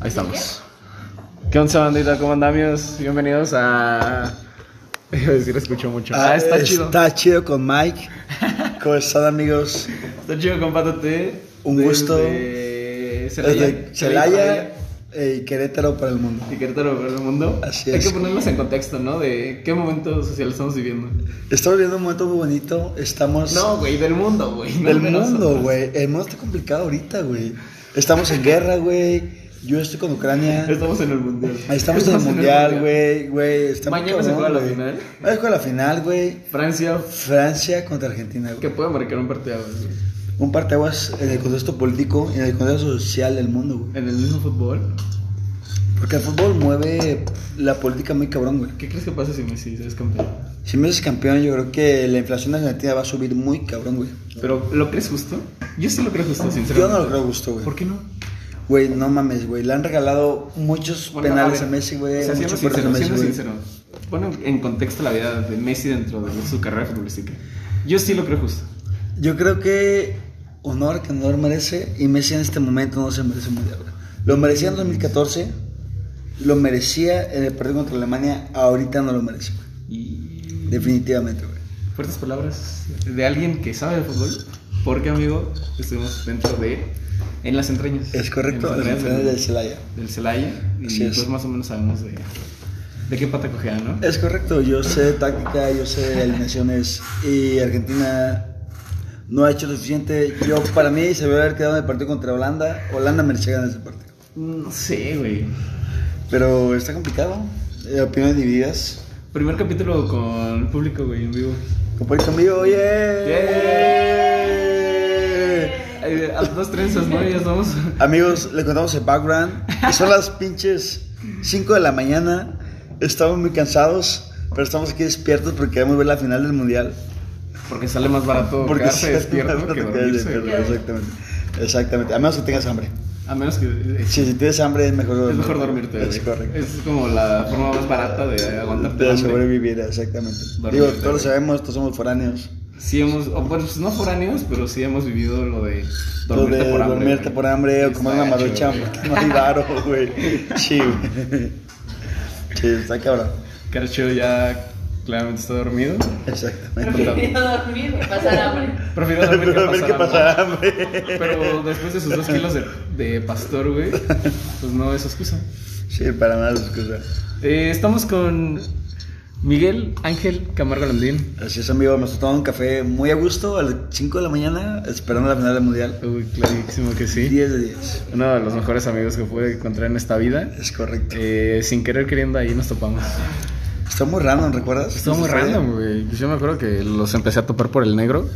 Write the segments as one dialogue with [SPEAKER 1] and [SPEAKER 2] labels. [SPEAKER 1] Ahí estamos. ¿Qué onda, bandita? ¿Cómo andamos? Bienvenidos a. Iba a decir, escucho mucho. Ah, está chido. Está,
[SPEAKER 2] Está chido con Mike. ¿Cómo están, amigos?
[SPEAKER 1] chido, compátate.
[SPEAKER 2] Un gusto.
[SPEAKER 1] Desde
[SPEAKER 2] Desde Celaya y Querétaro para el mundo.
[SPEAKER 1] Y Querétaro para el mundo.
[SPEAKER 2] Así
[SPEAKER 1] Hay
[SPEAKER 2] es.
[SPEAKER 1] que ponerlos en contexto, ¿no? De qué momento social estamos viviendo.
[SPEAKER 2] Estamos viviendo un momento muy bonito. Estamos
[SPEAKER 1] No, güey, del mundo, güey. no
[SPEAKER 2] del
[SPEAKER 1] de
[SPEAKER 2] mundo,
[SPEAKER 1] nosotros.
[SPEAKER 2] güey. El mundo está complicado ahorita, güey. Estamos en guerra, güey. Yo estoy con Ucrania.
[SPEAKER 1] Estamos en el mundial.
[SPEAKER 2] Estamos en el mundial, güey. güey. está muy
[SPEAKER 1] Mañana se
[SPEAKER 2] cabrón,
[SPEAKER 1] juega la
[SPEAKER 2] güey.
[SPEAKER 1] final.
[SPEAKER 2] Mañana se juega la final, güey.
[SPEAKER 1] Francia,
[SPEAKER 2] Francia contra Argentina, güey.
[SPEAKER 1] que puede marcar un partido
[SPEAKER 2] Un parteaguas en el contexto político y en el contexto social del mundo, güey.
[SPEAKER 1] en el mismo fútbol.
[SPEAKER 2] Porque el fútbol mueve la política muy cabrón, güey.
[SPEAKER 1] ¿Qué crees que pasa si Messi es campeón?
[SPEAKER 2] Si me haces campeón, yo creo que la inflación de Argentina va a subir muy cabrón, güey.
[SPEAKER 1] Pero, ¿lo crees justo? Yo sí lo creo justo, sinceramente.
[SPEAKER 2] Yo no lo creo gusto, güey.
[SPEAKER 1] ¿Por qué no?
[SPEAKER 2] Güey, no mames, güey. Le han regalado muchos
[SPEAKER 1] Bueno,
[SPEAKER 2] penales a,
[SPEAKER 1] ver,
[SPEAKER 2] Messi, güey.
[SPEAKER 1] o sea, siendo
[SPEAKER 2] muchos cortes a
[SPEAKER 1] sincero,
[SPEAKER 2] Messi,
[SPEAKER 1] siendo
[SPEAKER 2] güey.
[SPEAKER 1] sincero. Pon en contexto la vida de Messi dentro de su carrera futbolística. Yo sí lo creo justo.
[SPEAKER 2] Yo creo que honor que honor merece y Messi en este momento no se merece un mundial. güey. Lo merecía en 2014, lo merecía en el partido contra Alemania, ahorita no lo merece, güey.
[SPEAKER 1] Y
[SPEAKER 2] Definitivamente, güey.
[SPEAKER 1] fuertes palabras de alguien que sabe de fútbol, porque amigo, estuvimos dentro de en las entrañas.
[SPEAKER 2] Es
[SPEAKER 1] En
[SPEAKER 2] correcto,
[SPEAKER 1] las
[SPEAKER 2] las
[SPEAKER 1] entrañas
[SPEAKER 2] opciones
[SPEAKER 1] del-
[SPEAKER 2] de Celaya.
[SPEAKER 1] del Celaya y
[SPEAKER 2] Así es. Eh.
[SPEAKER 1] pues más o menos sabemos de de qué pata cogea, ¿no?
[SPEAKER 2] Es correcto, yo sé de táctica, yo sé de alineaciones y Argentina no ha hecho lo suficiente. Yo, para mí, se debe haber quedado en el partido contra Holanda. Holanda merecía ganar ese partido.
[SPEAKER 1] No sé, güey.
[SPEAKER 2] Pero está complicado, eh, opiniones divididas.
[SPEAKER 1] Primer capítulo con público, güey, en vivo.
[SPEAKER 2] Compartir conmigo, oye.
[SPEAKER 1] Eh, a las dos trenzas, ¿no? Ya estamos.
[SPEAKER 2] Amigos, le contamos el background. Son las pinches 5 de la mañana. Estamos muy cansados, pero estamos aquí despiertos porque queremos ver la final del mundial.
[SPEAKER 1] Porque sale más barato porque
[SPEAKER 2] Porque
[SPEAKER 1] quedarse despierto que
[SPEAKER 2] te quedas
[SPEAKER 1] dormirse.
[SPEAKER 2] despierto,
[SPEAKER 1] güey.
[SPEAKER 2] Exactamente. Exactamente. A menos que tengas hambre.
[SPEAKER 1] A menos que. eh, Es,
[SPEAKER 2] Si, si tienes hambre es mejor dormir.
[SPEAKER 1] es mejor dormirte, güey.
[SPEAKER 2] Es correcto.
[SPEAKER 1] Es como la forma más barata de aguantarte. el
[SPEAKER 2] De
[SPEAKER 1] hambre.
[SPEAKER 2] sobrevivir, exactamente.
[SPEAKER 1] Dormirte,
[SPEAKER 2] Digo, todos lo
[SPEAKER 1] güey.
[SPEAKER 2] sabemos, todos somos foráneos.
[SPEAKER 1] Sí hemos. o, bueno, pues no foráneos, pero sí hemos vivido lo de
[SPEAKER 2] Lo
[SPEAKER 1] dormirte
[SPEAKER 2] de
[SPEAKER 1] por hambre.
[SPEAKER 2] dormirte
[SPEAKER 1] güey.
[SPEAKER 2] por hambre o
[SPEAKER 1] Está
[SPEAKER 2] comer una
[SPEAKER 1] gacho,
[SPEAKER 2] marucha
[SPEAKER 1] güey.
[SPEAKER 2] porque no hay varo, güey. Sí, güey. Sí, está cabrón.
[SPEAKER 1] Carcho ya claramente está dormido.
[SPEAKER 2] Exactamente.
[SPEAKER 1] Prefiero
[SPEAKER 3] Prefiero dormir que pasar hambre.
[SPEAKER 1] dormir que pasar
[SPEAKER 2] Pero qué
[SPEAKER 1] hambre.
[SPEAKER 2] pasa hambre.
[SPEAKER 1] Pero después de sus dos kilos de, de pastor, güey, pues no es excusa.
[SPEAKER 2] Sí, para nada es excusa.
[SPEAKER 1] Eh, estamos con Miguel Ángel Camargo Landín.
[SPEAKER 2] Así es, amigo. Nos tomamos un café muy a gusto a las 5 de la mañana esperando la final del mundial.
[SPEAKER 1] Uy, clarísimo que sí.
[SPEAKER 2] 10 de 10.
[SPEAKER 1] Uno de los mejores amigos que pude encontrar en esta vida.
[SPEAKER 2] Es correcto.
[SPEAKER 1] Eh, sin querer queriendo ahí nos topamos.
[SPEAKER 2] Está muy random, ¿recuerdas?
[SPEAKER 1] Estuvo muy random, güey. Pues Yo me acuerdo que los empecé a topar por el negro.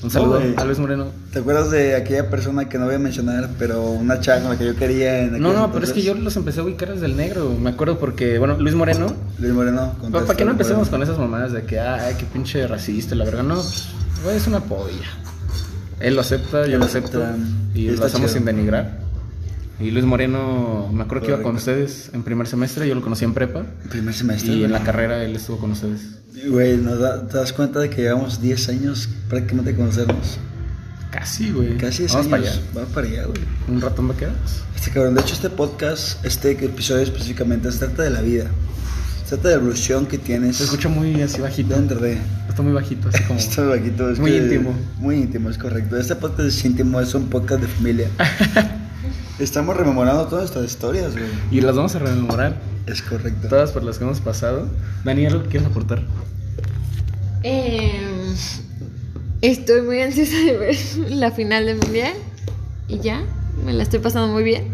[SPEAKER 1] Un saludo
[SPEAKER 2] güey.
[SPEAKER 1] a Luis Moreno.
[SPEAKER 2] ¿Te acuerdas de aquella persona que no voy a mencionar, pero una chava con la que yo quería en
[SPEAKER 1] No,
[SPEAKER 2] aquel
[SPEAKER 1] no, pero es que
[SPEAKER 2] entonces?
[SPEAKER 1] yo los empecé a ubicar desde el negro. Me acuerdo porque, bueno, Luis Moreno
[SPEAKER 2] Luis Moreno,
[SPEAKER 1] Pa-
[SPEAKER 2] contesta,
[SPEAKER 1] ¿Para qué no
[SPEAKER 2] Luis
[SPEAKER 1] empecemos
[SPEAKER 2] Moreno.
[SPEAKER 1] con esas mamadas de que, ay, qué pinche racista, la verga? No, pues, güey, es una polla. Él lo acepta, yo lo acepto. Y lo
[SPEAKER 2] Está
[SPEAKER 1] hacemos
[SPEAKER 2] chido.
[SPEAKER 1] sin denigrar. Y Luis Moreno, me acuerdo que iba con ustedes en primer semestre, yo lo conocí en prepa.
[SPEAKER 2] Primer semestre.
[SPEAKER 1] Y en
[SPEAKER 2] güey.
[SPEAKER 1] la carrera él estuvo con ustedes.
[SPEAKER 2] Güey, ¿nos da- ¿te das cuenta de que llevamos 10 años prácticamente de conocernos?
[SPEAKER 1] Casi, güey.
[SPEAKER 2] Casi 10
[SPEAKER 1] Vamos para
[SPEAKER 2] años.
[SPEAKER 1] allá.
[SPEAKER 2] Vamos para allá, güey.
[SPEAKER 1] Un ratón vaqueros.
[SPEAKER 2] Este cabrón, de hecho este podcast, este episodio específicamente, se trata de la vida. Se trata de la evolución que tienes
[SPEAKER 1] Se escucha muy así bajito.
[SPEAKER 2] dentro de...
[SPEAKER 1] Está muy bajito, así como.
[SPEAKER 2] Esto de aquí todo es
[SPEAKER 1] Muy
[SPEAKER 2] que-
[SPEAKER 1] íntimo.
[SPEAKER 2] Muy íntimo, es correcto. Este podcast es íntimo, es un podcast de familia. Estamos rememorando todas estas historias, güey.
[SPEAKER 1] Y las vamos a rememorar.
[SPEAKER 2] Es correcto.
[SPEAKER 1] Todas por las que hemos pasado. Daniel, ¿qué quieres aportar?
[SPEAKER 3] Eh, estoy muy ansiosa de ver la final del mundial. Y ya, me la estoy pasando muy bien.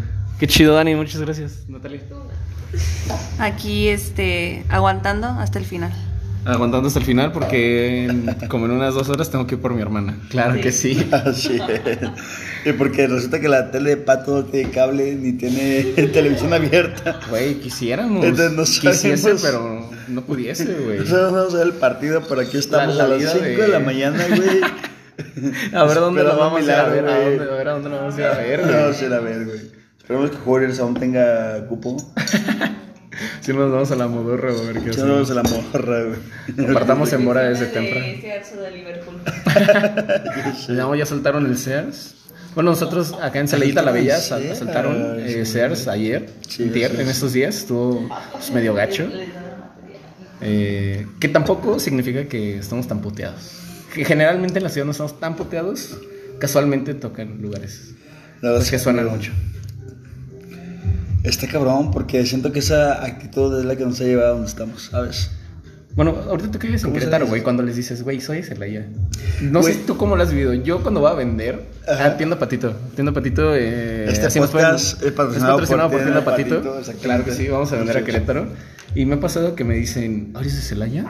[SPEAKER 1] Qué chido, Dani. Muchas gracias. Natalia.
[SPEAKER 4] aquí este aguantando hasta el final.
[SPEAKER 1] Aguantando hasta el final porque en- como en unas dos horas tengo que ir por mi hermana. Claro que sí.
[SPEAKER 2] Así es. Y porque resulta que la tele de Pato no tiene cable ni tiene televisión abierta.
[SPEAKER 1] Güey, quisiéramos.
[SPEAKER 2] Entonces, no
[SPEAKER 1] Quisiese,
[SPEAKER 2] sabemos.
[SPEAKER 1] pero no pudiese, güey.
[SPEAKER 2] No sabemos dónde va a ser el partido, pero aquí estamos
[SPEAKER 1] La- la
[SPEAKER 2] a las
[SPEAKER 1] vida
[SPEAKER 2] 5 de...
[SPEAKER 1] de-
[SPEAKER 2] la mañana, güey.
[SPEAKER 1] A ver dónde lo
[SPEAKER 2] Esperando
[SPEAKER 1] vamos a ir a ver, a
[SPEAKER 2] milagro,
[SPEAKER 1] dónde,
[SPEAKER 2] güey.
[SPEAKER 1] a ver a dónde lo vamos a ir a ver,
[SPEAKER 2] No
[SPEAKER 1] güey.
[SPEAKER 2] vamos a ir a ver, güey. Esperemos que Warriors aún tenga cupo.
[SPEAKER 1] Si no nos vamos a la modorra, a ver qué
[SPEAKER 2] Si no,
[SPEAKER 1] hacemos.
[SPEAKER 2] vamos a la morra, güey.
[SPEAKER 1] Partamos en Mora desde temprano.
[SPEAKER 4] de Liverpool.
[SPEAKER 1] No, ya soltaron el Sears. Bueno, nosotros acá en Saladita la Bella sal-
[SPEAKER 2] Sí, Ah,
[SPEAKER 1] asaltaron
[SPEAKER 2] sí.
[SPEAKER 1] eh, CERS ayer,
[SPEAKER 2] Sí,
[SPEAKER 1] antier,
[SPEAKER 2] sí.
[SPEAKER 1] en estos días, estuvo pues, medio gacho. Eh, que tampoco significa que estamos tan puteados. Que generalmente en la ciudad no estamos tan puteados, casualmente tocan lugares
[SPEAKER 2] La verdad
[SPEAKER 1] pues, que suenan mucho.
[SPEAKER 2] Está cabrón porque siento que esa actitud es la que nos ha llevado a donde estamos, ¿sabes?
[SPEAKER 1] Bueno, ahorita tú que vives en
[SPEAKER 2] ¿Cómo
[SPEAKER 1] Querétaro,
[SPEAKER 2] sabes?
[SPEAKER 1] güey, cuando les dices, güey, soy de Celaya. No
[SPEAKER 2] Güey.
[SPEAKER 1] sé tú cómo lo has vivido. Yo cuando va a vender,
[SPEAKER 2] Ajá.
[SPEAKER 1] ah, tienda Patito, tienda Patito. eh,
[SPEAKER 2] Este
[SPEAKER 1] así nos
[SPEAKER 2] podcast
[SPEAKER 1] pueden-
[SPEAKER 2] es patrocinado por Tienda
[SPEAKER 1] Patito.
[SPEAKER 2] Patito, exactamente.
[SPEAKER 1] claro que sí, vamos a vender a
[SPEAKER 2] Sí.
[SPEAKER 1] Querétaro. Y me ha pasado que me dicen, "¿Oh, ¿eres de Celaya?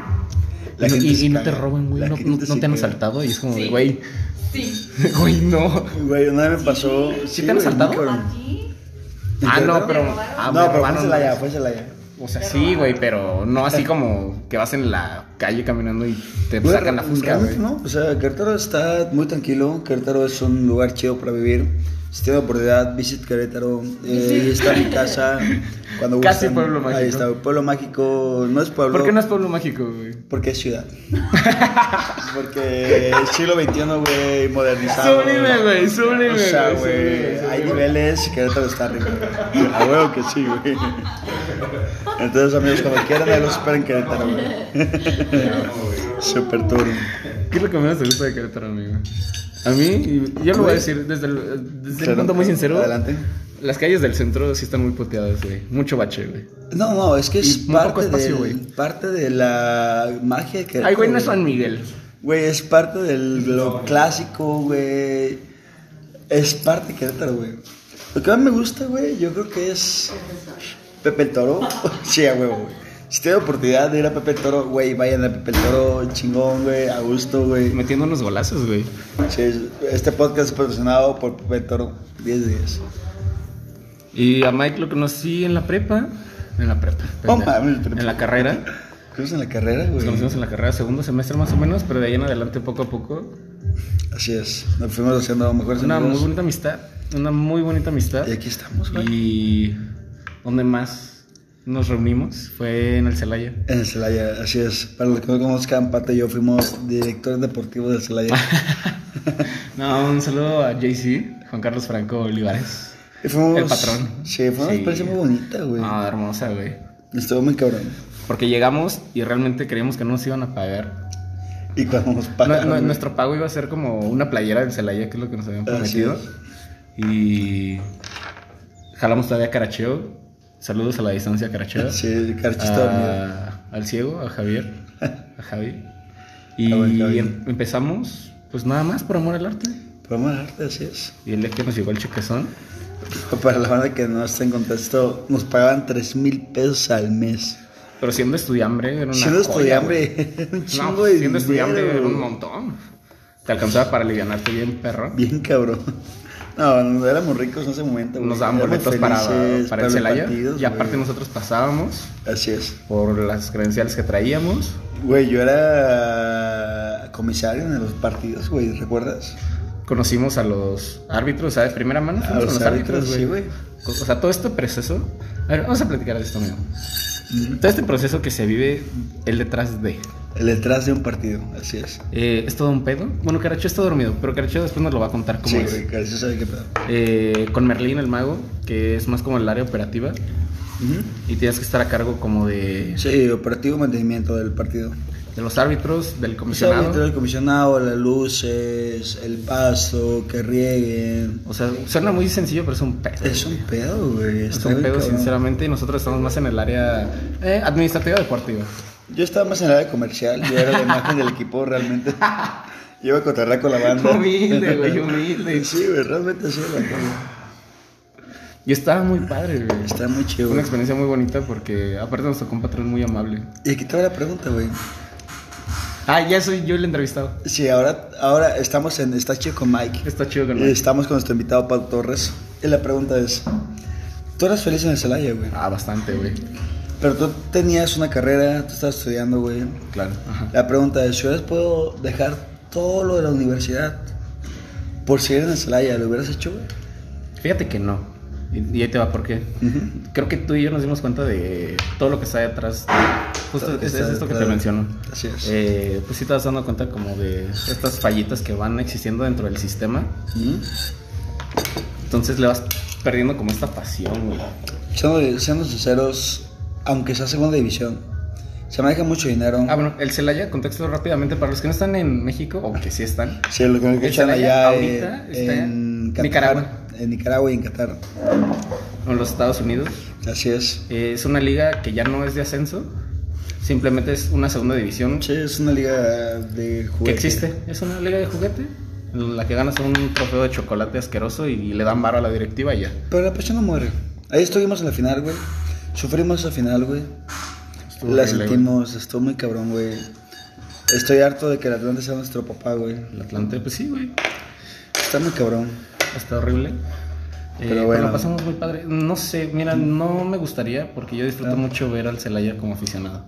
[SPEAKER 2] La
[SPEAKER 1] Y no-
[SPEAKER 2] gente
[SPEAKER 1] y
[SPEAKER 2] se
[SPEAKER 1] y no
[SPEAKER 2] caga.
[SPEAKER 1] te roban, güey,
[SPEAKER 2] La
[SPEAKER 1] no,
[SPEAKER 2] gente
[SPEAKER 1] no-
[SPEAKER 2] se
[SPEAKER 1] no te han
[SPEAKER 2] caga.
[SPEAKER 1] asaltado. Y es como, de,
[SPEAKER 4] Sí.
[SPEAKER 1] güey,
[SPEAKER 4] Sí.
[SPEAKER 1] güey, no.
[SPEAKER 2] Güey, una vez me pasó. ¿Sí,
[SPEAKER 1] te han
[SPEAKER 2] güey,
[SPEAKER 1] asaltado?
[SPEAKER 2] muy cabrón.
[SPEAKER 4] Aquí.
[SPEAKER 2] ¿En
[SPEAKER 1] Ah, no,
[SPEAKER 2] Querétaro?
[SPEAKER 1] pero. Ah, me
[SPEAKER 2] no, pero
[SPEAKER 1] robaron,
[SPEAKER 2] fue Celaya,
[SPEAKER 1] güey.
[SPEAKER 2] fue Celaya.
[SPEAKER 1] O sea, sí, güey, pero no así como que vas en la calle caminando y te
[SPEAKER 2] Güey,
[SPEAKER 1] sacan la fusca,
[SPEAKER 2] realmente
[SPEAKER 1] güey.
[SPEAKER 2] No, o sea, Querétaro está muy tranquilo. Querétaro es un lugar chido para vivir. Si tienen oportunidad, visit Querétaro. Eh, ahí está mi casa. Cuando
[SPEAKER 1] Casi
[SPEAKER 2] gusten,
[SPEAKER 1] Pueblo
[SPEAKER 2] Ahí
[SPEAKER 1] Mágico.
[SPEAKER 2] está, Pueblo Mágico. No es pueblo.
[SPEAKER 1] ¿Por qué no es pueblo mágico, güey?
[SPEAKER 2] Porque es ciudad. Porque es siglo XXI, güey, modernizado.
[SPEAKER 1] Súbeme, güey, súbeme,
[SPEAKER 2] O sea,
[SPEAKER 1] güey,
[SPEAKER 2] güey,
[SPEAKER 1] súbeme,
[SPEAKER 2] hay
[SPEAKER 1] súbeme.
[SPEAKER 2] niveles que ahorita está arriba. güey. A huevo que sí, güey. Entonces, amigos, cuando quieran, ahí los esperen en Querétaro, güey. Super turno.
[SPEAKER 1] ¿Qué es lo que menos te gusta de Querétaro, amigo? A mí, y yo lo voy a decir desde el, desde el punto muy sincero.
[SPEAKER 2] Adelante.
[SPEAKER 1] Las calles del centro sí están muy puteadas, güey. Mucho bache, güey.
[SPEAKER 2] No, no, es que es
[SPEAKER 1] Y muy poco
[SPEAKER 2] parte,
[SPEAKER 1] espacio,
[SPEAKER 2] del-
[SPEAKER 1] güey.
[SPEAKER 2] parte de la magia que.
[SPEAKER 1] Ay, güey, no es San Miguel.
[SPEAKER 2] Güey, es parte del, de lo clásico, güey. Es parte de Querétaro, güey. Lo que más me gusta, güey, yo creo que es Pepe el Toro. sí, a huevo, güey. Si tienen oportunidad de ir a Pepe el Toro, güey, vayan a Pepe el Toro, chingón, güey, a gusto, güey.
[SPEAKER 1] Metiendo unos golazos, güey.
[SPEAKER 2] Sí, es- este podcast es patrocinado por Pepe el Toro, 10 de 10.
[SPEAKER 1] Y a Mike lo conocí en la prepa. En la prepa.
[SPEAKER 2] No
[SPEAKER 1] pendejo.
[SPEAKER 2] mames, prepa.
[SPEAKER 1] en la carrera.
[SPEAKER 2] Cruz en la carrera,
[SPEAKER 1] Nos
[SPEAKER 2] güey.
[SPEAKER 1] conocimos en la carrera, segundo semestre más o menos, pero de ahí en adelante poco a poco.
[SPEAKER 2] Así es, nos fuimos haciendo mejores
[SPEAKER 1] Una muy
[SPEAKER 2] amigos.
[SPEAKER 1] bonita amistad. Una muy bonita amistad.
[SPEAKER 2] Y aquí estamos, güey.
[SPEAKER 1] Y donde más nos reunimos fue en el Celaya.
[SPEAKER 2] En el Celaya, así es. Para los que no conozcan, Pata y yo fuimos directores deportivos del Celaya.
[SPEAKER 1] No, un saludo a JC, Juan Carlos Franco Olivares.
[SPEAKER 2] Y fuimos-
[SPEAKER 1] El patrón.
[SPEAKER 2] Sí, fue una
[SPEAKER 1] Sí.
[SPEAKER 2] experiencia muy bonita, güey.
[SPEAKER 1] Ah, hermosa, güey.
[SPEAKER 2] Estuvo muy cabrón.
[SPEAKER 1] Porque llegamos y realmente creíamos que no nos iban a pagar.
[SPEAKER 2] Y cuando nos
[SPEAKER 1] No-
[SPEAKER 2] pagaron.
[SPEAKER 1] no-
[SPEAKER 2] güey,
[SPEAKER 1] nuestro pago iba a ser como una playera del Celaya, que es lo que nos habían
[SPEAKER 2] Así
[SPEAKER 1] prometido. Y jalamos todavía a Caracheo. Saludos a la distancia, Caracheo.
[SPEAKER 2] Sí, Carchi está dormido.
[SPEAKER 1] a- al ciego, a Javier, a Javi. Y
[SPEAKER 2] Ah, bueno, Javi.
[SPEAKER 1] em- empezamos, pues nada más por amor al arte.
[SPEAKER 2] Pero vamos a dejarte, así es.
[SPEAKER 1] Y el día que nos llegó el chiquezón,
[SPEAKER 2] Para la banda que no está en contexto, nos pagaban 3 mil pesos al mes.
[SPEAKER 1] pero siendo estudiambre era una
[SPEAKER 2] siendo
[SPEAKER 1] joya, güey.
[SPEAKER 2] estudiante, un
[SPEAKER 1] No,
[SPEAKER 2] chingo
[SPEAKER 1] pues,
[SPEAKER 2] de
[SPEAKER 1] siendo estudiante
[SPEAKER 2] dinero,
[SPEAKER 1] era un
[SPEAKER 2] güey.
[SPEAKER 1] montón. Te alcanzaba para alivianarte bien, perro.
[SPEAKER 2] Bien cabrón. No, no éramos ricos en ese momento. güey.
[SPEAKER 1] Nos daban
[SPEAKER 2] Éramos
[SPEAKER 1] boletos para,
[SPEAKER 2] felices,
[SPEAKER 1] para el
[SPEAKER 2] los
[SPEAKER 1] Celaya.
[SPEAKER 2] partidos,
[SPEAKER 1] y aparte
[SPEAKER 2] güey.
[SPEAKER 1] nosotros pasábamos
[SPEAKER 2] Así es.
[SPEAKER 1] por las credenciales que traíamos.
[SPEAKER 2] Güey, yo era comisario en los partidos, güey, ¿recuerdas?
[SPEAKER 1] Conocimos a los árbitros, o sea, de primera mano fuimos
[SPEAKER 2] los
[SPEAKER 1] con los árbitros,
[SPEAKER 2] árbitros,
[SPEAKER 1] güey.
[SPEAKER 2] sí,
[SPEAKER 1] O sea, todo este proceso. A ver, vamos a platicar de esto, amigo. Todo este proceso que se vive el detrás de.
[SPEAKER 2] El detrás de un partido, así es.
[SPEAKER 1] Eh, es todo un pedo. Bueno, Caracho está dormido, pero Caracho después nos lo va a contar cómo
[SPEAKER 2] Sí,
[SPEAKER 1] es.
[SPEAKER 2] güey, claro, sí sabe qué pedo.
[SPEAKER 1] Eh, con Merlín, el mago, que es más como el área operativa. Y tienes que estar a cargo como de,
[SPEAKER 2] Sí, operativo mantenimiento del partido.
[SPEAKER 1] de los árbitros, del
[SPEAKER 2] O sea,
[SPEAKER 1] comisionado.
[SPEAKER 2] dentro del comisionado, las luces, el paso, que rieguen.
[SPEAKER 1] O sea, suena muy sencillo, pero es un pedo.
[SPEAKER 2] Es un pedo, güey.
[SPEAKER 1] Es
[SPEAKER 2] está
[SPEAKER 1] un
[SPEAKER 2] muy
[SPEAKER 1] pedo,
[SPEAKER 2] cabrón.
[SPEAKER 1] sinceramente, y nosotros estamos más en el área eh, administrativa deportiva.
[SPEAKER 2] Yo estaba más en el área comercial, yo era la imagen del equipo realmente. Yo iba a cotorrear con la banda.
[SPEAKER 1] Humilde, güey, humilde.
[SPEAKER 2] Sí, güey, realmente sí, la cosa.
[SPEAKER 1] Y estaba muy padre, güey.
[SPEAKER 2] Está muy
[SPEAKER 1] Fue
[SPEAKER 2] chido.
[SPEAKER 1] una
[SPEAKER 2] güey.
[SPEAKER 1] experiencia muy bonita porque aparte nos tocó un patrón muy amable.
[SPEAKER 2] Y aquí te va la pregunta, güey.
[SPEAKER 1] Ah, ya soy yo el entrevistado.
[SPEAKER 2] Sí, ahora, ahora estamos en Está Chido con Mike.
[SPEAKER 1] Está chido con
[SPEAKER 2] Y estamos con nuestro invitado Pau Torres. Y la pregunta es: Tú eras feliz en el Celaya, güey.
[SPEAKER 1] Ah, bastante, güey.
[SPEAKER 2] Pero tú tenías una carrera, tú estabas estudiando, güey.
[SPEAKER 1] Claro. Ajá.
[SPEAKER 2] La pregunta es: Si hubieras podido dejar todo lo de la universidad por seguir en el Celaya, ¿lo hubieras hecho, güey?
[SPEAKER 1] Fíjate que no. Y, y ahí te va por qué. Creo que tú y yo nos dimos cuenta de todo lo que está detrás. Justo
[SPEAKER 2] Todo que
[SPEAKER 1] es,
[SPEAKER 2] está
[SPEAKER 1] es esto que te
[SPEAKER 2] detrás.
[SPEAKER 1] menciono.
[SPEAKER 2] Así es.
[SPEAKER 1] Eh, pues sí te vas dando cuenta como de estas fallitas que van existiendo dentro del sistema.
[SPEAKER 2] Ujú.
[SPEAKER 1] Entonces le vas perdiendo como esta pasión, güey.
[SPEAKER 2] Siendo, siendo sinceros, aunque sea segunda división, se maneja mucho dinero.
[SPEAKER 1] Ah, bueno, el Celaya, contexto rápidamente, para los que no están en México, o que sí están,
[SPEAKER 2] Sí, lo que
[SPEAKER 1] El
[SPEAKER 2] escuchan
[SPEAKER 1] Celaya
[SPEAKER 2] allá
[SPEAKER 1] ahorita
[SPEAKER 2] eh,
[SPEAKER 1] está
[SPEAKER 2] en
[SPEAKER 1] en
[SPEAKER 2] Qatar,
[SPEAKER 1] Nicaragua.
[SPEAKER 2] En Nicaragua y en Qatar.
[SPEAKER 1] o en los Estados Unidos,
[SPEAKER 2] Así es.
[SPEAKER 1] eh, es una liga que ya no es de ascenso, simplemente es una segunda división
[SPEAKER 2] Sí, es una liga de juguete.
[SPEAKER 1] que existe. Es una liga de juguete, en la que ganas un trofeo de chocolate asqueroso y le dan varo a la directiva y ya.
[SPEAKER 2] Pero la pasión no muere. Ahí estuvimos en la final, güey. Sufrimos esa final, güey.
[SPEAKER 1] Estuvo
[SPEAKER 2] La
[SPEAKER 1] horrible,
[SPEAKER 2] sentimos, estuvo muy cabrón, güey. Estoy harto de que el Atlante sea nuestro papá, güey.
[SPEAKER 1] güey. El Atlante, pues sí, güey.
[SPEAKER 2] Está muy cabrón.
[SPEAKER 1] Está horrible. Eh,
[SPEAKER 2] Pero
[SPEAKER 1] pero
[SPEAKER 2] bueno. Mm.
[SPEAKER 1] la pasamos muy padre. No sé, mira, no me gustaría porque yo disfruto
[SPEAKER 2] Ah.
[SPEAKER 1] mucho ver al Celaya como aficionado.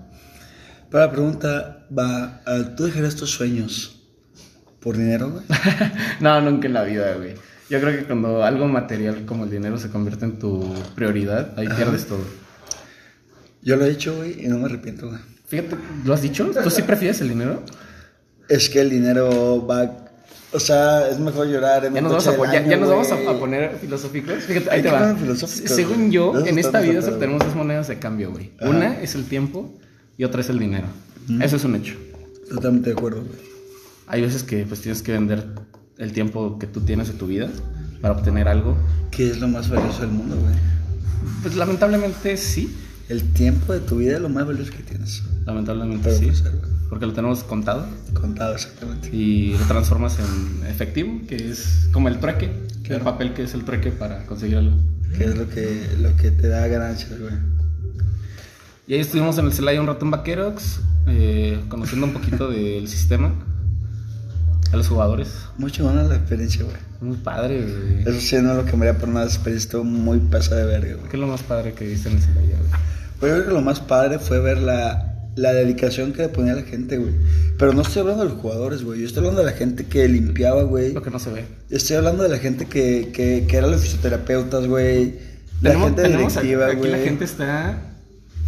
[SPEAKER 2] Pero la pregunta va, a- ¿tú dejarías tus sueños por dinero, güey?
[SPEAKER 1] no, nunca en la vida, güey. Yo creo que cuando algo material como el dinero se convierte en tu prioridad, ahí pierdes todo.
[SPEAKER 2] Yo lo he hecho, güey, y no me arrepiento, güey.
[SPEAKER 1] Fíjate, ¿lo has dicho? ¿Tú sí prefieres el dinero?
[SPEAKER 2] Es que el dinero va... O sea, es mejor llorar en
[SPEAKER 1] Ya
[SPEAKER 2] un
[SPEAKER 1] nos vamos
[SPEAKER 2] coche
[SPEAKER 1] a, po-
[SPEAKER 2] del
[SPEAKER 1] ya- ya
[SPEAKER 2] año,
[SPEAKER 1] nos vamos
[SPEAKER 2] güey.
[SPEAKER 1] a- a poner filosóficos. Fíjate,
[SPEAKER 2] Hay
[SPEAKER 1] ahí te
[SPEAKER 2] que
[SPEAKER 1] va.
[SPEAKER 2] poner filosóficos,
[SPEAKER 1] Según
[SPEAKER 2] güey.
[SPEAKER 1] yo,
[SPEAKER 2] De eso
[SPEAKER 1] en esta
[SPEAKER 2] estamos
[SPEAKER 1] vida
[SPEAKER 2] tratando.
[SPEAKER 1] solo tenemos dos monedas de cambio, güey.
[SPEAKER 2] Ajá.
[SPEAKER 1] Una es el tiempo y otra es el dinero. Eso es un hecho.
[SPEAKER 2] Totalmente de acuerdo, güey.
[SPEAKER 1] Hay veces que pues tienes que vender el tiempo que tú tienes de tu vida para obtener algo.
[SPEAKER 2] ¿Qué es lo más valioso del mundo, güey?
[SPEAKER 1] Pues lamentablemente sí,
[SPEAKER 2] El tiempo de tu vida es lo más valioso que tienes.
[SPEAKER 1] lamentablemente
[SPEAKER 2] Pero
[SPEAKER 1] sí,
[SPEAKER 2] pues, algo
[SPEAKER 1] porque lo tenemos contado
[SPEAKER 2] contado exactamente.
[SPEAKER 1] y lo transformas en efectivo, que es como el trueque, el papel que es el trueque para conseguir algo.
[SPEAKER 2] Que es lo que, lo que te da ganancias, güey.
[SPEAKER 1] Y ahí estuvimos en el Celaya un rato en Vaqueros, eh, conociendo un poquito del sistema, a los jugadores.
[SPEAKER 2] Mucho buena la experiencia, güey.
[SPEAKER 1] Muy padre, güey.
[SPEAKER 2] Eso sí, no lo cambiaría por nada. La experiencia estuvo muy pasada de verga, güey.
[SPEAKER 1] ¿Qué es lo más padre que viste en el Celaya, güey?
[SPEAKER 2] Pero yo creo que lo más padre fue ver la, la dedicación que le ponía la gente, güey. Pero no estoy hablando de los jugadores, güey. Yo estoy hablando de la gente que limpiaba, güey.
[SPEAKER 1] Lo que no se ve.
[SPEAKER 2] Estoy hablando de la gente que, que, que era los fisioterapeutas, güey. La
[SPEAKER 1] Tenemos-
[SPEAKER 2] gente
[SPEAKER 1] tenemos
[SPEAKER 2] directiva,
[SPEAKER 1] aquí,
[SPEAKER 2] güey.
[SPEAKER 1] la gente está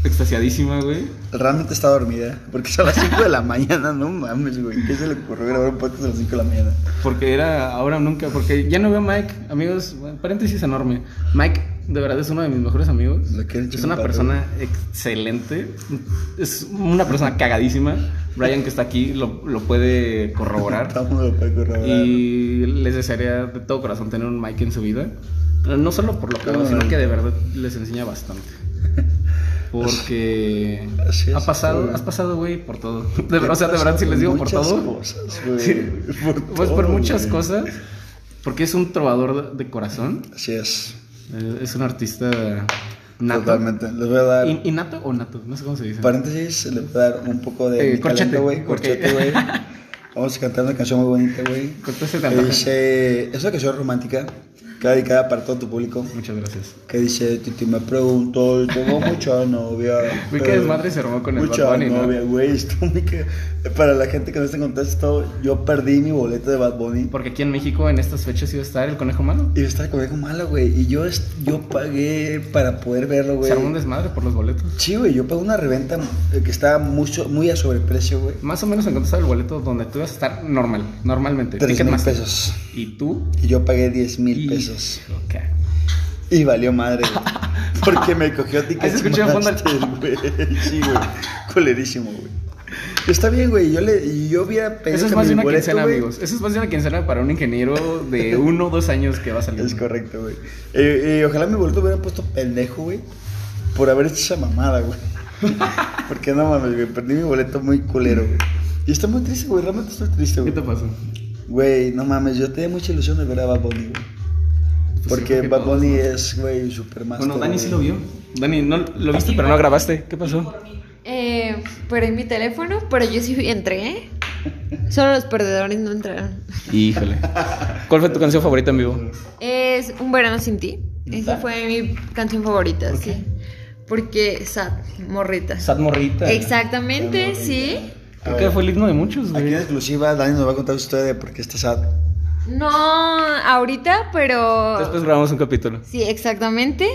[SPEAKER 1] extasiadísima, güey.
[SPEAKER 2] Realmente está dormida. Porque son las 5 de la mañana, no mames, güey. ¿Qué se le ocurrió grabar un podcast a las 5 de la mañana?
[SPEAKER 1] Porque era ahora o nunca, porque ya no veo a Mike, amigos, bueno, paréntesis enorme. Mike de verdad es uno de mis mejores amigos.
[SPEAKER 2] Lo quiero
[SPEAKER 1] Es una
[SPEAKER 2] chingón,
[SPEAKER 1] persona excelente, es una persona cagadísima. Brian que está aquí lo, lo puede corroborar.
[SPEAKER 2] Todo el mundo lo puede corroborar.
[SPEAKER 1] Y les desearía de todo corazón tener un Mike en su vida. No solo por lo que hago, sino que de verdad les enseña bastante. Porque
[SPEAKER 2] Así es,
[SPEAKER 1] ha pasado,
[SPEAKER 2] güey.
[SPEAKER 1] has pasado, güey, por todo. De verdad, o sea, de verdad, si les digo por
[SPEAKER 2] Muchas
[SPEAKER 1] todo,
[SPEAKER 2] cosas, güey.
[SPEAKER 1] Sí. pues por
[SPEAKER 2] todo,
[SPEAKER 1] muchas
[SPEAKER 2] güey.
[SPEAKER 1] cosas, porque es un trovador de, de corazón,
[SPEAKER 2] Así es.
[SPEAKER 1] eh, es un artista nato.
[SPEAKER 2] Totalmente. Les voy a dar.
[SPEAKER 1] ¿Y, y nato o nato? No sé cómo se dice.
[SPEAKER 2] Paréntesis, les voy a dar un poco
[SPEAKER 1] Eh,
[SPEAKER 2] de. mi
[SPEAKER 1] corchete,
[SPEAKER 2] talento, güey.
[SPEAKER 1] porque-
[SPEAKER 2] Corchete, güey. Vamos a cantar una canción muy bonita, güey.
[SPEAKER 1] Cortó ese
[SPEAKER 2] Que
[SPEAKER 1] tanto.
[SPEAKER 2] dice. Es una canción romántica. Que va dedicada para todo tu público.
[SPEAKER 1] Muchas gracias.
[SPEAKER 2] Que dice, Titi me preguntó, y tengo mucha novia.
[SPEAKER 1] Uy, qué
[SPEAKER 2] eh,
[SPEAKER 1] desmadre se armó con el
[SPEAKER 2] Mucha
[SPEAKER 1] Bad Bunny, ¿no?
[SPEAKER 2] novia, güey. estuvo muy que- Para la gente que no está en contexto, yo perdí mi boleto de Bad Bunny.
[SPEAKER 1] Porque aquí en México en estas fechas iba a estar el conejo malo.
[SPEAKER 2] Y yo estaba con mala, güey. Y yo, est- yo pagué para poder verlo, güey.
[SPEAKER 1] Se armó un desmadre por los boletos.
[SPEAKER 2] Sí, güey, yo pagué una reventa eh, que estaba mucho, muy a sobreprecio, güey.
[SPEAKER 1] Más o menos en cuanto sale el boleto donde tú ibas a estar normal, normalmente.
[SPEAKER 2] 3 mil
[SPEAKER 1] Ticketmaster.
[SPEAKER 2] pesos.
[SPEAKER 1] Y tú.
[SPEAKER 2] Y yo pagué 10 mil
[SPEAKER 1] y-
[SPEAKER 2] pesos.
[SPEAKER 1] Ok.
[SPEAKER 2] Y valió madre, güey. Porque me cogió tickets.
[SPEAKER 1] Ahí se escuchó de fondo el-
[SPEAKER 2] güey. Sí, güey. Colerísimo, güey. Está bien, güey. Yo, le, yo hubiera pedido
[SPEAKER 1] Eso es
[SPEAKER 2] que
[SPEAKER 1] más
[SPEAKER 2] mi
[SPEAKER 1] de una
[SPEAKER 2] boleto,
[SPEAKER 1] quincena,
[SPEAKER 2] güey-
[SPEAKER 1] amigos. Eso es más de una quincena para un ingeniero de uno o dos años que va a salir.
[SPEAKER 2] Es correcto, güey. Eh, eh, ojalá mi boleto hubiera puesto pendejo, güey. Por haber hecho esa mamada, güey. Porque no mames, güey. Perdí mi boleto muy culero, güey. Y estoy muy triste, güey. Realmente estoy triste,
[SPEAKER 1] ¿Qué
[SPEAKER 2] güey.
[SPEAKER 1] te pasó? Pues
[SPEAKER 2] Güey, no mames. Yo tenía mucha ilusión de ver a Bad Bunny, güey.
[SPEAKER 1] sí,
[SPEAKER 2] Porque
[SPEAKER 1] creo que
[SPEAKER 2] Bad
[SPEAKER 1] todos,
[SPEAKER 2] Bunny es, güey, super más.
[SPEAKER 1] Bueno, Dani sí lo vio. Dani, no, lo viste, pero no grabaste. ¿Qué pasó?
[SPEAKER 3] Eh, pero en mi teléfono, pero yo sí entré. Solo los perdedores no entraron.
[SPEAKER 1] Híjole. ¿Cuál fue tu canción favorita en vivo?
[SPEAKER 3] Es Un verano sin ti. Esa
[SPEAKER 1] Ah.
[SPEAKER 3] fue mi canción favorita, sí. Porque sad, morrita.
[SPEAKER 1] Sad Morrita.
[SPEAKER 3] Exactamente, sí.
[SPEAKER 1] Creo que fue el himno de muchos,
[SPEAKER 2] Aquí en
[SPEAKER 1] güey.
[SPEAKER 2] exclusiva, Dani nos va a contar su historia de por qué está sad.
[SPEAKER 3] No, ahorita, pero
[SPEAKER 1] Después grabamos un capítulo.
[SPEAKER 3] sí, exactamente.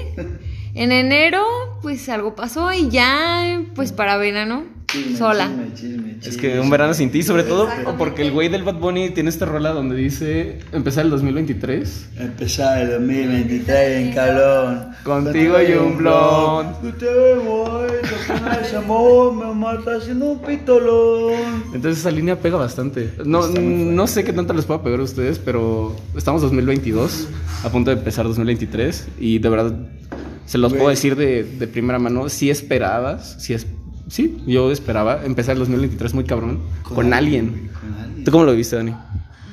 [SPEAKER 3] En enero, pues algo pasó y ya, pues para verano
[SPEAKER 2] Chisme,
[SPEAKER 3] Sola.
[SPEAKER 2] chisme, chisme, chisme.
[SPEAKER 1] Es que un verano sin ti, sobre todo porque el güey del Bad Bunny tiene esta rola donde dice empezar el 2023.
[SPEAKER 2] Empezar el 2023 en calón.
[SPEAKER 1] Contigo y un blon.
[SPEAKER 2] Yo te voy, lo que me desamó, me mata haciendo un pitolón.
[SPEAKER 1] Entonces esa línea pega bastante. No,
[SPEAKER 2] Está muy
[SPEAKER 1] no sé qué tanto les pueda pegar a ustedes, pero estamos 2022, a punto de empezar 2023 y de verdad se los
[SPEAKER 2] Güey.
[SPEAKER 1] puedo decir de, de primera mano, si esperabas, si es... Sí, yo esperaba empezar el 2023 muy cabrón con, alguien.
[SPEAKER 2] Con alguien.
[SPEAKER 1] ¿Tú cómo lo viste, Dani?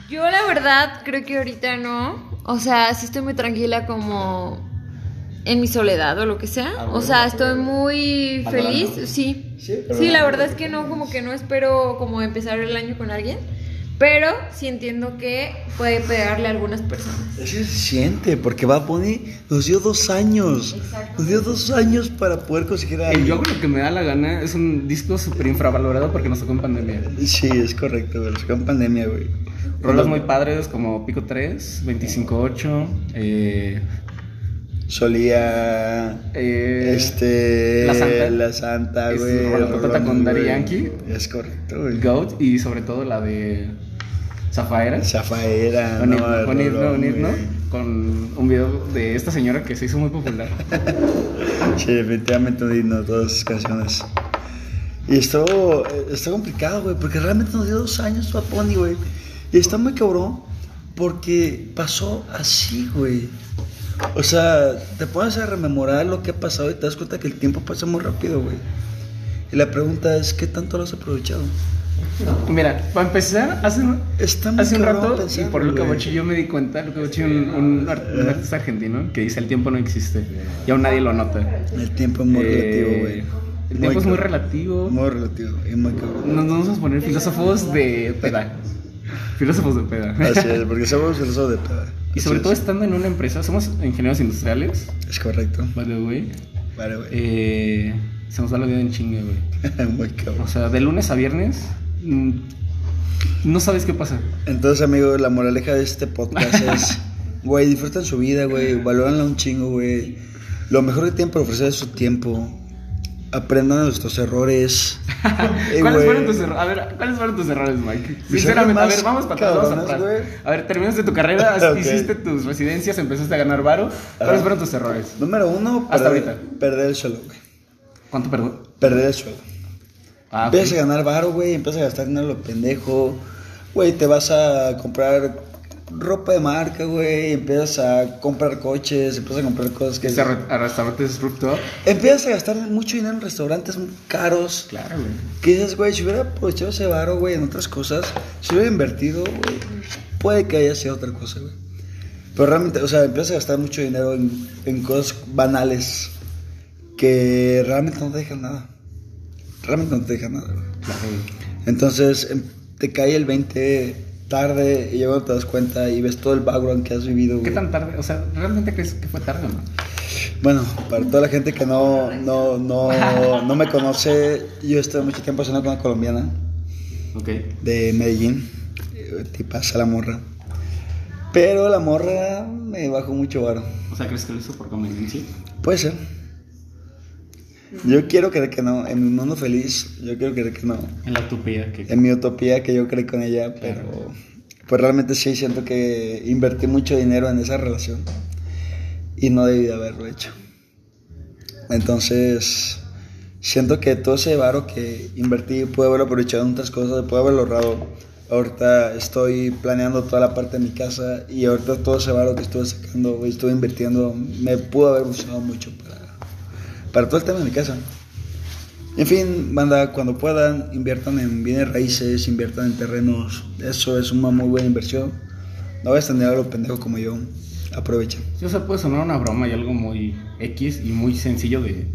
[SPEAKER 3] Yo la verdad creo que ahorita no. O sea, sí estoy muy tranquila como en mi soledad o lo que sea.
[SPEAKER 2] Ah,
[SPEAKER 3] o
[SPEAKER 2] bueno,
[SPEAKER 3] sea,
[SPEAKER 2] pero-
[SPEAKER 3] estoy muy
[SPEAKER 2] Valorando.
[SPEAKER 3] feliz. Sí.
[SPEAKER 2] Sí,
[SPEAKER 3] Sí,
[SPEAKER 2] pero- pues,
[SPEAKER 3] la verdad es que no, como que no espero como empezar el año con alguien. Pero sí entiendo que puede pegarle a algunas personas.
[SPEAKER 2] Así se siente, porque Bad Bunny nos dio dos años.
[SPEAKER 3] Exacto.
[SPEAKER 2] Nos dio dos años para poder conseguir a
[SPEAKER 1] El
[SPEAKER 2] alguien.
[SPEAKER 1] Yo con lo que me da la gana es un disco súper infravalorado porque nos tocó en pandemia.
[SPEAKER 2] Sí, es correcto, güey. Los que en pandemia, güey.
[SPEAKER 1] Rolas muy padres como Pico 3, 25-8, eh,
[SPEAKER 2] Solía.
[SPEAKER 1] eh,
[SPEAKER 2] Este.
[SPEAKER 1] La Santa.
[SPEAKER 2] La Santa,
[SPEAKER 1] Es
[SPEAKER 2] güey.
[SPEAKER 1] Rola Patata
[SPEAKER 2] Rolón,
[SPEAKER 1] con Daddy
[SPEAKER 2] güey.
[SPEAKER 1] Yankee.
[SPEAKER 2] Es correcto, güey.
[SPEAKER 1] Goat y sobre todo la de Zafaera.
[SPEAKER 2] Zafaera,
[SPEAKER 1] Con
[SPEAKER 2] no, el
[SPEAKER 1] himno, con himno,
[SPEAKER 2] rolón,
[SPEAKER 1] con himno,
[SPEAKER 2] güey.
[SPEAKER 1] con un video de esta señora que se hizo muy popular.
[SPEAKER 2] Sí, definitivamente un himno, todas esas canciones. Y esto está complicado, güey, porque realmente nos dio dos años Bad Bunny, güey. Y está muy cabrón porque pasó así, güey. O sea, te pones a rememorar lo que ha pasado y te das cuenta que el tiempo pasa muy rápido, güey. Y la pregunta es, ¿qué tanto lo has aprovechado?
[SPEAKER 1] Mira, para empezar, hace, un-
[SPEAKER 2] Está muy
[SPEAKER 1] hace un
[SPEAKER 2] cabrón
[SPEAKER 1] rato, y
[SPEAKER 2] pensarlo,
[SPEAKER 1] por Luca
[SPEAKER 2] güey. ah,
[SPEAKER 1] Bocci yo me di cuenta, Luca Bocci un, un art-
[SPEAKER 2] eh.
[SPEAKER 1] un artista argentino que dice el tiempo no existe y aún nadie lo nota.
[SPEAKER 2] El tiempo es muy
[SPEAKER 1] Eh,
[SPEAKER 2] relativo, güey.
[SPEAKER 1] El tiempo es muy
[SPEAKER 2] cabrón.
[SPEAKER 1] relativo.
[SPEAKER 2] Muy relativo y muy cabrón.
[SPEAKER 1] Nos vamos a poner filósofos de peda. Filósofos de peda.
[SPEAKER 2] Así es, porque somos el de peda.
[SPEAKER 1] Y sobre
[SPEAKER 2] Así
[SPEAKER 1] todo este-
[SPEAKER 2] es.
[SPEAKER 1] estando en una empresa, somos ingenieros industriales,
[SPEAKER 2] Es correcto.
[SPEAKER 1] vale, güey.
[SPEAKER 2] Vale, güey.
[SPEAKER 1] Eh, se nos va la vida en chingue, güey.
[SPEAKER 2] Muy cabrón.
[SPEAKER 1] O sea, de lunes a viernes, mm, no sabes qué pasa.
[SPEAKER 2] Entonces, amigos, la moraleja de este podcast es, güey, disfruten su vida, güey, valórenla un chingo, güey. Lo mejor que tienen para ofrecer es su tiempo. Aprendan de nuestros errores. Eh,
[SPEAKER 1] ¿Cuáles
[SPEAKER 2] güey,
[SPEAKER 1] fueron tus errores? A ver, ¿cuáles fueron tus errores, Mike?
[SPEAKER 2] Mis
[SPEAKER 1] Sinceramente, a
[SPEAKER 2] errores
[SPEAKER 1] ver,
[SPEAKER 2] más
[SPEAKER 1] vamos para atrás, vamos
[SPEAKER 2] cabrones,
[SPEAKER 1] atrás.
[SPEAKER 2] güey.
[SPEAKER 1] A ver, terminaste tu carrera,
[SPEAKER 2] Ok.
[SPEAKER 1] hiciste tus residencias, empezaste a ganar varo. ¿Cuáles fueron tus errores?
[SPEAKER 2] Número uno,
[SPEAKER 1] Hasta
[SPEAKER 2] perder,
[SPEAKER 1] ahorita.
[SPEAKER 2] perder el suelo, güey.
[SPEAKER 1] ¿Cuánto perdón?
[SPEAKER 2] Perder el suelo.
[SPEAKER 1] Ah, ok.
[SPEAKER 2] Empiezas a ganar varo, güey, empiezas a gastar dinero lo pendejo. Güey, te vas a comprar ropa de marca, güey, empiezas a comprar coches, empiezas a comprar cosas que...
[SPEAKER 1] Fuiste a re- a restaurantes rooftop.
[SPEAKER 2] Empiezas a gastar mucho dinero en restaurantes caros.
[SPEAKER 1] Claro, güey.
[SPEAKER 2] Que dices, güey, si hubiera aprovechado ese varo, güey, en otras cosas, si hubiera invertido, güey, puede que haya sido otra cosa, güey. Pero realmente, o sea, empiezas a gastar mucho dinero en, en cosas banales que realmente no te dejan nada. Realmente no te dejan nada, güey.
[SPEAKER 1] Claro, güey.
[SPEAKER 2] Entonces em- te cae el 20 tarde y luego te das cuenta y ves todo el background que has vivido,
[SPEAKER 1] ¿Qué
[SPEAKER 2] güey.
[SPEAKER 1] tan tarde? O sea, ¿realmente crees que fue tarde o no?
[SPEAKER 2] Bueno, para toda la gente que no, no, no, no me conoce, yo estuve mucho tiempo haciendo con una colombiana
[SPEAKER 1] Ok.
[SPEAKER 2] de Medellín, eh, tipaza la morra. Pero la morra me bajó mucho varo.
[SPEAKER 1] O sea, ¿crees que lo hizo por conveniencia?
[SPEAKER 2] Puede ser. Yo quiero creer que no. En mi mundo feliz, yo quiero creer que no.
[SPEAKER 1] En la utopía que...
[SPEAKER 2] En mi utopía que yo creí con ella, pero pues realmente sí siento que invertí mucho dinero en esa relación y no debí de haberlo hecho. Entonces, siento que todo ese varo que invertí pude haberlo aprovechado en otras cosas, pude haberlo ahorrado. Ahorita estoy planeando toda la parte de mi casa y ahorita todo ese varo que estuve sacando y estuve invirtiendo me pudo haber usado mucho para, para todo el tema de mi casa. En fin, banda, cuando puedan, inviertan en bienes raíces, inviertan en terrenos. Eso es una muy buena inversión. No vayas a tener algo pendejo como yo. Aprovecha.
[SPEAKER 1] Sí, o sea, puede sonar una broma y algo muy X y muy sencillo de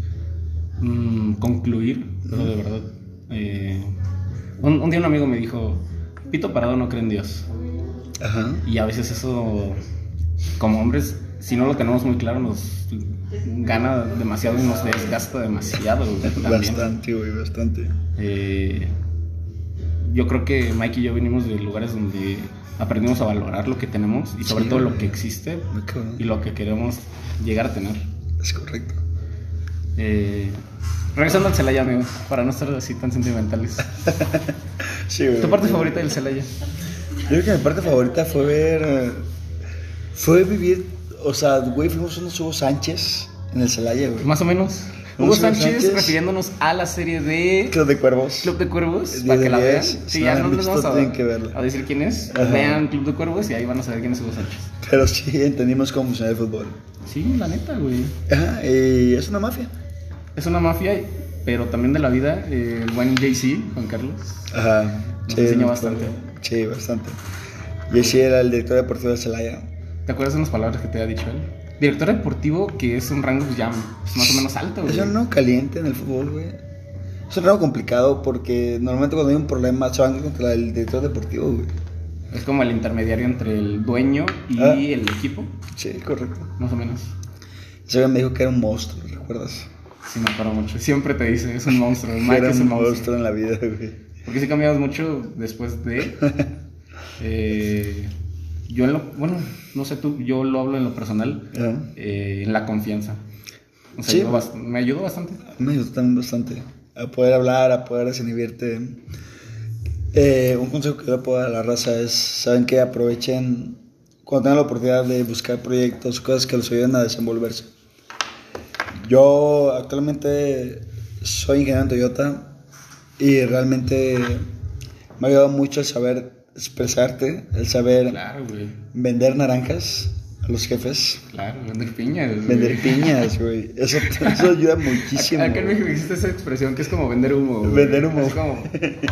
[SPEAKER 1] mm, concluir, pero de verdad. eh, un, un día un amigo me dijo, pito parado no cree en Dios.
[SPEAKER 2] Ajá.
[SPEAKER 1] Y a veces eso, como hombres, si no lo tenemos muy claro, nos gana demasiado y nos desgasta demasiado. güey, también.
[SPEAKER 2] Bastante, güey, bastante.
[SPEAKER 1] Eh, yo creo que Mike y yo venimos de lugares donde aprendimos a valorar lo que tenemos y sobre
[SPEAKER 2] Sí,
[SPEAKER 1] todo lo
[SPEAKER 2] güey.
[SPEAKER 1] que existe
[SPEAKER 2] Muy cabrón.
[SPEAKER 1] y lo que queremos llegar a tener.
[SPEAKER 2] Es correcto.
[SPEAKER 1] Eh, Regresando al Celaya, amigo, para no estar así tan sentimentales.
[SPEAKER 2] Sí, güey.
[SPEAKER 1] ¿Tu parte favorita del Celaya?
[SPEAKER 2] Yo creo que mi parte favorita fue ver. eh, Fue vivir. O sea, güey, fuimos unos Hugo Sánchez en el Celaya, güey.
[SPEAKER 1] Más o menos.
[SPEAKER 2] Hugo
[SPEAKER 1] Hugo Sánchez,
[SPEAKER 2] Sánchez.
[SPEAKER 1] refiriéndonos a la serie de
[SPEAKER 2] Club de Cuervos.
[SPEAKER 1] Club de Cuervos,
[SPEAKER 2] Diez
[SPEAKER 1] para
[SPEAKER 2] de
[SPEAKER 1] que la vean.
[SPEAKER 2] diez. Si
[SPEAKER 1] Sí,
[SPEAKER 2] no
[SPEAKER 1] ya
[SPEAKER 2] la
[SPEAKER 1] no
[SPEAKER 2] han
[SPEAKER 1] les vamos
[SPEAKER 2] visto,
[SPEAKER 1] a,
[SPEAKER 2] tienen que verla.
[SPEAKER 1] a decir quién es.
[SPEAKER 2] Ajá.
[SPEAKER 1] Vean Club de Cuervos y ahí van a saber quién es Hugo Sánchez.
[SPEAKER 2] Pero sí entendimos cómo funciona el fútbol.
[SPEAKER 1] Sí, la neta, güey.
[SPEAKER 2] Ajá, y es una mafia.
[SPEAKER 1] Es una mafia, pero también de la vida. eh, El buen JC, Juan Carlos.
[SPEAKER 2] Ajá.
[SPEAKER 1] Nos enseñó bastante.
[SPEAKER 2] Sí, bastante. Y así era el director deportivo del Celaya.
[SPEAKER 1] ¿Te acuerdas de unas palabras que te ha dicho él? Director deportivo, que es un rango pues, ya pues, más o menos alto, güey.
[SPEAKER 2] Es un rango caliente en el fútbol, güey. Es un rango complicado porque normalmente cuando hay un problema se van contra el director deportivo, güey.
[SPEAKER 1] Es como el intermediario entre el dueño y
[SPEAKER 2] Ah.
[SPEAKER 1] el equipo,
[SPEAKER 2] Sí, correcto.
[SPEAKER 1] más o menos.
[SPEAKER 2] Ese güey me dijo que era un monstruo, ¿recuerdas?
[SPEAKER 1] Sí, me acuerdo mucho. Siempre te dice, es un monstruo.
[SPEAKER 2] Que
[SPEAKER 1] Mike
[SPEAKER 2] era
[SPEAKER 1] es
[SPEAKER 2] un
[SPEAKER 1] un monstruo.
[SPEAKER 2] monstruo en la vida, güey.
[SPEAKER 1] Porque sí cambiabas mucho después de... eh, yo en lo... Bueno, no sé tú, yo lo hablo en lo personal,
[SPEAKER 2] Ajá.
[SPEAKER 1] eh, en la confianza. O sea,
[SPEAKER 2] Sí.
[SPEAKER 1] ayudó bast- me ayudó bastante.
[SPEAKER 2] Me ayudó también bastante a poder hablar, a poder desinhibirte. Eh, un consejo que yo puedo dar a la raza es, saben que aprovechen cuando tengan la oportunidad de buscar proyectos, cosas que los ayuden a desenvolverse. Yo actualmente soy ingeniero en Toyota y realmente me ha ayudado mucho el saber expresarte, el saber
[SPEAKER 1] Claro, güey.
[SPEAKER 2] vender naranjas a los jefes,
[SPEAKER 1] Claro, vender piñas. güey.
[SPEAKER 2] vender piñas, güey. Eso, eso ayuda muchísimo.
[SPEAKER 1] Acá en
[SPEAKER 2] güey.
[SPEAKER 1] México existe esa expresión que es como vender humo. güey.
[SPEAKER 2] Vender humo.
[SPEAKER 1] Es como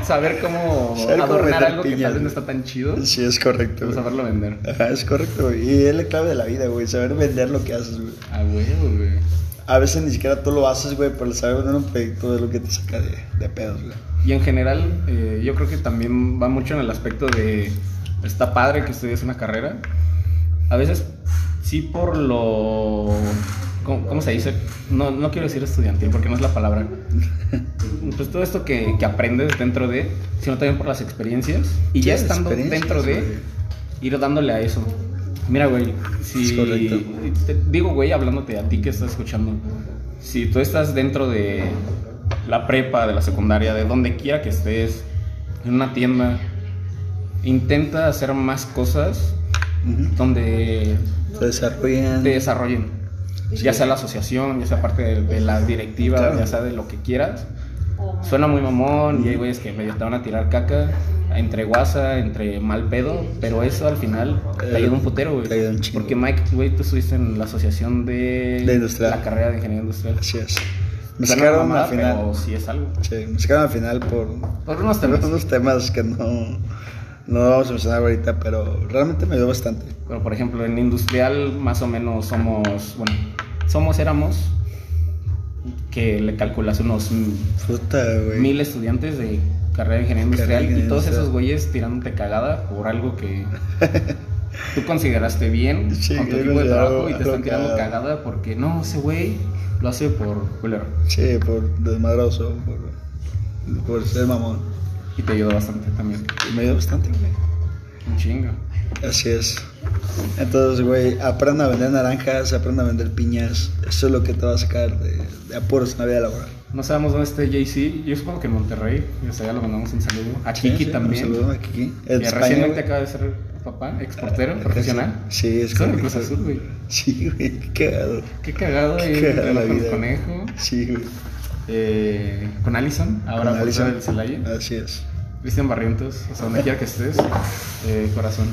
[SPEAKER 1] saber cómo
[SPEAKER 2] Saber cómo
[SPEAKER 1] adornar
[SPEAKER 2] vender
[SPEAKER 1] algo que
[SPEAKER 2] piñas.
[SPEAKER 1] tal vez no está tan chido,
[SPEAKER 2] Sí, es correcto.
[SPEAKER 1] pero
[SPEAKER 2] güey.
[SPEAKER 1] saberlo vender.
[SPEAKER 2] Ajá, es correcto. güey. Y es la clave de la vida, güey. Saber vender lo que haces, güey.
[SPEAKER 1] A huevo, güey.
[SPEAKER 2] A veces ni siquiera tú lo haces, güey, pero el saber vender un proyecto es lo que te saca de, de pedos, güey.
[SPEAKER 1] Y en general, eh, yo creo que también va mucho en el aspecto de está padre que estudies una carrera. A veces, sí, por lo. ¿Cómo, cómo se dice? No, no quiero decir estudiantil porque no es la palabra. Pues todo esto que, que aprendes dentro de, sino también por las experiencias. Y ya
[SPEAKER 2] Sí,
[SPEAKER 1] estando
[SPEAKER 2] experiencias,
[SPEAKER 1] dentro de,
[SPEAKER 2] güey.
[SPEAKER 1] ir dándole a eso. Mira, güey, si.
[SPEAKER 2] Es correcto.
[SPEAKER 1] te- digo, güey, hablándote a ti que estás escuchando. Si tú estás dentro de la prepa, de la secundaria, de donde quiera que estés, en una tienda, intenta hacer más cosas
[SPEAKER 2] Ujú.
[SPEAKER 1] donde
[SPEAKER 2] Te desarrollan.
[SPEAKER 1] te desarrollen. Ya sea la asociación, ya sea parte de, de la directiva,
[SPEAKER 2] Claro.
[SPEAKER 1] ya sea de lo que quieras. Suena muy mamón y hay güeyes que medio te van a tirar caca entre guasa, entre mal pedo, pero eso al final
[SPEAKER 2] Eh,
[SPEAKER 1] te ayuda un putero, güey.
[SPEAKER 2] te ayuda un chingo.
[SPEAKER 1] Porque Mike, güey, tú estuviste en la asociación de
[SPEAKER 2] De industrial.
[SPEAKER 1] la carrera de ingeniería industrial.
[SPEAKER 2] Así es. Me
[SPEAKER 1] Suena
[SPEAKER 2] sacaron
[SPEAKER 1] mamada,
[SPEAKER 2] al final.
[SPEAKER 1] Pero sí es algo.
[SPEAKER 2] Sí, me sacaron al final por
[SPEAKER 1] Por unos
[SPEAKER 2] Tenemos
[SPEAKER 1] temas.
[SPEAKER 2] unos temas que no, no vamos a mencionar ahorita, pero realmente me ayudó bastante.
[SPEAKER 1] Pero por ejemplo, en industrial más o menos somos, bueno, somos, éramos, que le calculas unos mm,
[SPEAKER 2] Fruta, güey.
[SPEAKER 1] mil estudiantes de carrera de ingeniería industrial
[SPEAKER 2] Carrera de
[SPEAKER 1] y todos
[SPEAKER 2] ingeniería
[SPEAKER 1] esos güeyes tirándote cagada por algo que tú consideraste bien
[SPEAKER 2] Sí,
[SPEAKER 1] con tu
[SPEAKER 2] yo
[SPEAKER 1] equipo de
[SPEAKER 2] consideraba
[SPEAKER 1] trabajo y te
[SPEAKER 2] algo
[SPEAKER 1] están tirando
[SPEAKER 2] cagada.
[SPEAKER 1] cagada porque no, ese güey lo hace por culero
[SPEAKER 2] Sí, por desmadroso, por, por ser mamón.
[SPEAKER 1] y te ayuda bastante también.
[SPEAKER 2] Y me ayudó bastante, güey.
[SPEAKER 1] Un chingo.
[SPEAKER 2] Así es. Entonces, güey, aprenda a vender naranjas, aprenda a vender piñas. Eso es lo que te va a sacar de, de apuros en la vida laboral.
[SPEAKER 1] No sabemos dónde esté JC, yo supongo que en Monterrey, o sea, ya lo mandamos un saludo. A
[SPEAKER 2] Sí,
[SPEAKER 1] Kiki
[SPEAKER 2] sí,
[SPEAKER 1] también.
[SPEAKER 2] Un saludo a Kiki. En
[SPEAKER 1] que
[SPEAKER 2] España,
[SPEAKER 1] recientemente
[SPEAKER 2] güey.
[SPEAKER 1] acaba de ser papá, exportero,
[SPEAKER 2] Ah,
[SPEAKER 1] profesional.
[SPEAKER 2] sí, es
[SPEAKER 1] Son de
[SPEAKER 2] correcto.
[SPEAKER 1] Cruz Azul, güey.
[SPEAKER 2] Sí, güey, qué cagado.
[SPEAKER 1] Qué cagado
[SPEAKER 2] Qué
[SPEAKER 1] ahí
[SPEAKER 2] cagada la
[SPEAKER 1] con
[SPEAKER 2] vida.
[SPEAKER 1] Conejo.
[SPEAKER 2] Sí, güey.
[SPEAKER 1] eh, con Allison, ahora
[SPEAKER 2] Con
[SPEAKER 1] por
[SPEAKER 2] Alison.
[SPEAKER 1] ser del Celaya.
[SPEAKER 2] Así es.
[SPEAKER 1] Cristian Barrientos, o sea, donde quiera que estés. eh, corazón.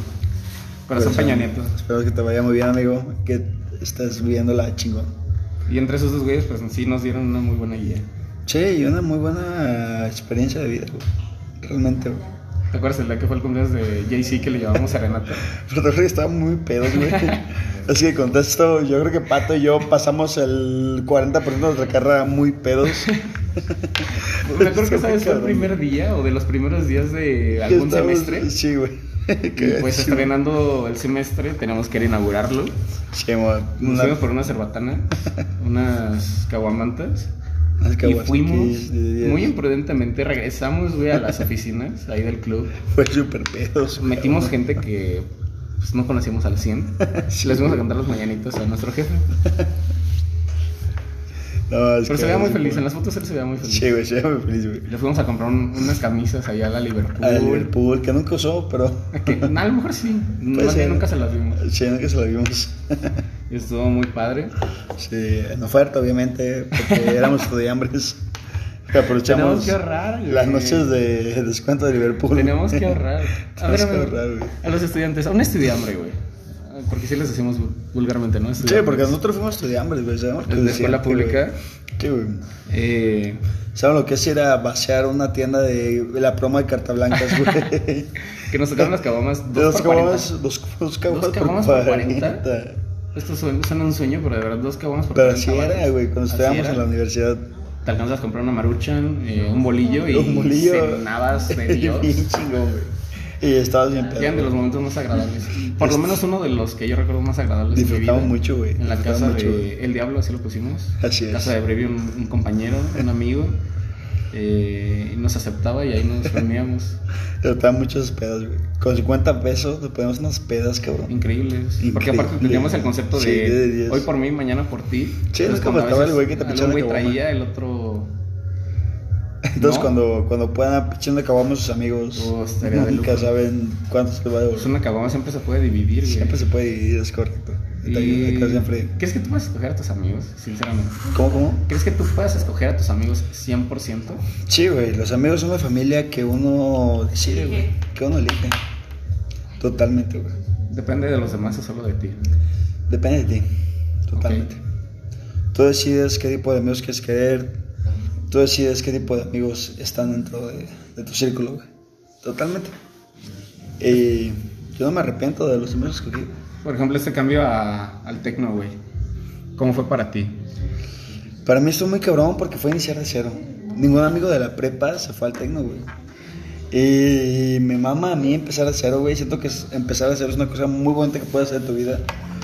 [SPEAKER 1] Corazón
[SPEAKER 2] Pues,
[SPEAKER 1] Peña
[SPEAKER 2] eh,
[SPEAKER 1] Nieto.
[SPEAKER 2] Espero que te vaya muy bien, amigo. Que estás viviendo la chingón.
[SPEAKER 1] Y entre esos dos güeyes, pues sí nos dieron una muy buena guía.
[SPEAKER 2] Che, y una muy buena experiencia de vida, güey. Realmente, güey.
[SPEAKER 1] ¿Te acuerdas el día que fue el cumpleaños de JC que le llevamos a Renata?
[SPEAKER 2] Pero te juro que Pues, estaba muy pedo, güey. Así que contesto, yo creo que Pato y yo pasamos el 40% de nuestra carrera muy pedos.
[SPEAKER 1] Me acuerdo que esa
[SPEAKER 2] Está muy
[SPEAKER 1] vez fue el
[SPEAKER 2] cabrón.
[SPEAKER 1] primer día o de los primeros días de
[SPEAKER 2] Ya
[SPEAKER 1] algún
[SPEAKER 2] estamos-
[SPEAKER 1] semestre.
[SPEAKER 2] Sí, güey.
[SPEAKER 1] Y pues
[SPEAKER 2] Sí,
[SPEAKER 1] estrenando el semestre, tenemos que ir a inaugurarlo.
[SPEAKER 2] Sí, güey.
[SPEAKER 1] Nos
[SPEAKER 2] Una-
[SPEAKER 1] fuimos por una cerbatana, unas caguamantas.
[SPEAKER 2] unas
[SPEAKER 1] Y
[SPEAKER 2] caguas
[SPEAKER 1] fuimos
[SPEAKER 2] aquí de diez.
[SPEAKER 1] muy imprudentemente, regresamos, güey, a las oficinas ahí del club.
[SPEAKER 2] Fue súper pedos. güey.
[SPEAKER 1] Metimos gente que pues, no conocíamos al 100.
[SPEAKER 2] Sí.
[SPEAKER 1] Les fuimos a cantar los mañanitos a nuestro jefe.
[SPEAKER 2] No, es
[SPEAKER 1] Pero
[SPEAKER 2] que-
[SPEAKER 1] se veía muy feliz, en las fotos él se veía muy feliz.
[SPEAKER 2] Sí, güey, se veía muy feliz, güey.
[SPEAKER 1] Le fuimos a comprar un- unas camisas allá a la Liverpool.
[SPEAKER 2] A Liverpool, que nunca usó, pero.
[SPEAKER 1] Que, a lo mejor sí,
[SPEAKER 2] Puede
[SPEAKER 1] más
[SPEAKER 2] ser.
[SPEAKER 1] bien nunca se las vimos.
[SPEAKER 2] Sí, nunca se la vimos.
[SPEAKER 1] Estuvo muy padre.
[SPEAKER 2] Sí, en oferta, obviamente, porque éramos estudiambres. Que aprovechamos
[SPEAKER 1] Tenemos que ahorrar, güey.
[SPEAKER 2] las noches de descuento de Liverpool.
[SPEAKER 1] Tenemos que ahorrar. A ver,
[SPEAKER 2] Tenemos que
[SPEAKER 1] a, ver,
[SPEAKER 2] ahorrar, güey.
[SPEAKER 1] a los estudiantes, a un estudiambre, güey. Porque sí les decimos vul- vulgarmente, ¿no?
[SPEAKER 2] Sí,
[SPEAKER 1] Estudiambres.
[SPEAKER 2] porque nosotros fuimos estudiambres, güey. Sabemos que
[SPEAKER 1] Desde la escuela pública.
[SPEAKER 2] Sí, güey.
[SPEAKER 1] Eh,
[SPEAKER 2] ¿Saben lo que es ir a vaciar una tienda de de la promo de carta blancas, güey?
[SPEAKER 1] que nos sacaron las cabomas
[SPEAKER 2] De
[SPEAKER 1] dos
[SPEAKER 2] dos
[SPEAKER 1] por 40.
[SPEAKER 2] caguamas, dos, dos caguamas
[SPEAKER 1] caguamas por 40. Esto suena, suena un sueño, pero de verdad, dos cabomas por
[SPEAKER 2] Pero
[SPEAKER 1] 40
[SPEAKER 2] así era,
[SPEAKER 1] varos.
[SPEAKER 2] güey, cuando
[SPEAKER 1] Así
[SPEAKER 2] estudiábamos
[SPEAKER 1] era.
[SPEAKER 2] en la universidad.
[SPEAKER 1] Te alcanzas a comprar una maruchan, eh, un bolillo y
[SPEAKER 2] Un bolillo.
[SPEAKER 1] cenabas de Dios.
[SPEAKER 2] Bien chingón, güey. Y estabas bien pedo.
[SPEAKER 1] Eran de los momentos más agradables. Por lo menos uno de los que yo recuerdo más agradables. de mi
[SPEAKER 2] Disfrutamos
[SPEAKER 1] vida.
[SPEAKER 2] mucho, güey.
[SPEAKER 1] En la
[SPEAKER 2] Disfrutamos
[SPEAKER 1] casa
[SPEAKER 2] mucho,
[SPEAKER 1] de
[SPEAKER 2] güey.
[SPEAKER 1] El Diablo, así lo pusimos.
[SPEAKER 2] Así es.
[SPEAKER 1] Casa de Brevi, un, un compañero, un amigo. eh, y nos aceptaba y ahí nos reuníamos.
[SPEAKER 2] Trataban muchos pedos, güey. Con 50 pesos nos poníamos unas pedas, cabrón.
[SPEAKER 1] Increíbles. Porque
[SPEAKER 2] Increíble.
[SPEAKER 1] aparte teníamos el concepto
[SPEAKER 2] Mm, Sí,
[SPEAKER 1] de,
[SPEAKER 2] de diez.
[SPEAKER 1] hoy por mí, mañana por ti.
[SPEAKER 2] Sí,
[SPEAKER 1] Entonces,
[SPEAKER 2] es como
[SPEAKER 1] cuando a
[SPEAKER 2] estaba el
[SPEAKER 1] veces
[SPEAKER 2] güey que te
[SPEAKER 1] algún
[SPEAKER 2] pichaba la
[SPEAKER 1] güey
[SPEAKER 2] caguama.
[SPEAKER 1] traía, el otro.
[SPEAKER 2] Entonces,
[SPEAKER 1] ¿No?
[SPEAKER 2] cuando, cuando puedan, pichando acabamos sus amigos.
[SPEAKER 1] Oh, estaría de
[SPEAKER 2] nunca
[SPEAKER 1] lujo.
[SPEAKER 2] saben cuántos te va a
[SPEAKER 1] Pues
[SPEAKER 2] devolver.
[SPEAKER 1] una cabama siempre se puede dividir, güey.
[SPEAKER 2] Siempre se puede dividir, es correcto. Te ayuda,
[SPEAKER 1] Y-
[SPEAKER 2] estás bien, Freddy.
[SPEAKER 1] ¿Crees que tú puedes escoger a tus amigos? Sinceramente.
[SPEAKER 2] ¿Cómo, cómo?
[SPEAKER 1] ¿Crees que tú puedas escoger a tus amigos 100%?
[SPEAKER 2] Sí, güey. Los amigos son la familia que uno decide, güey. Que uno elige. Totalmente, güey.
[SPEAKER 1] Depende de los demás o solo de ti.
[SPEAKER 2] Depende de ti. Totalmente. Tú decides qué tipo de amigos quieres querer. Tú decides qué tipo de amigos están dentro de, de tu círculo, güey. Totalmente. Y yo no me arrepiento de los amigos que escogí.
[SPEAKER 1] Por ejemplo, este cambio a- al tecno, güey. ¿Cómo fue para ti?
[SPEAKER 2] Para mí estuvo muy cabrón porque fue iniciar de cero. Ningún amigo de la prepa se fue al tecno, güey. Y me mama a mí empezar de cero, güey. Siento que es- empezar de cero es una cosa muy bonita que puedes hacer en tu vida.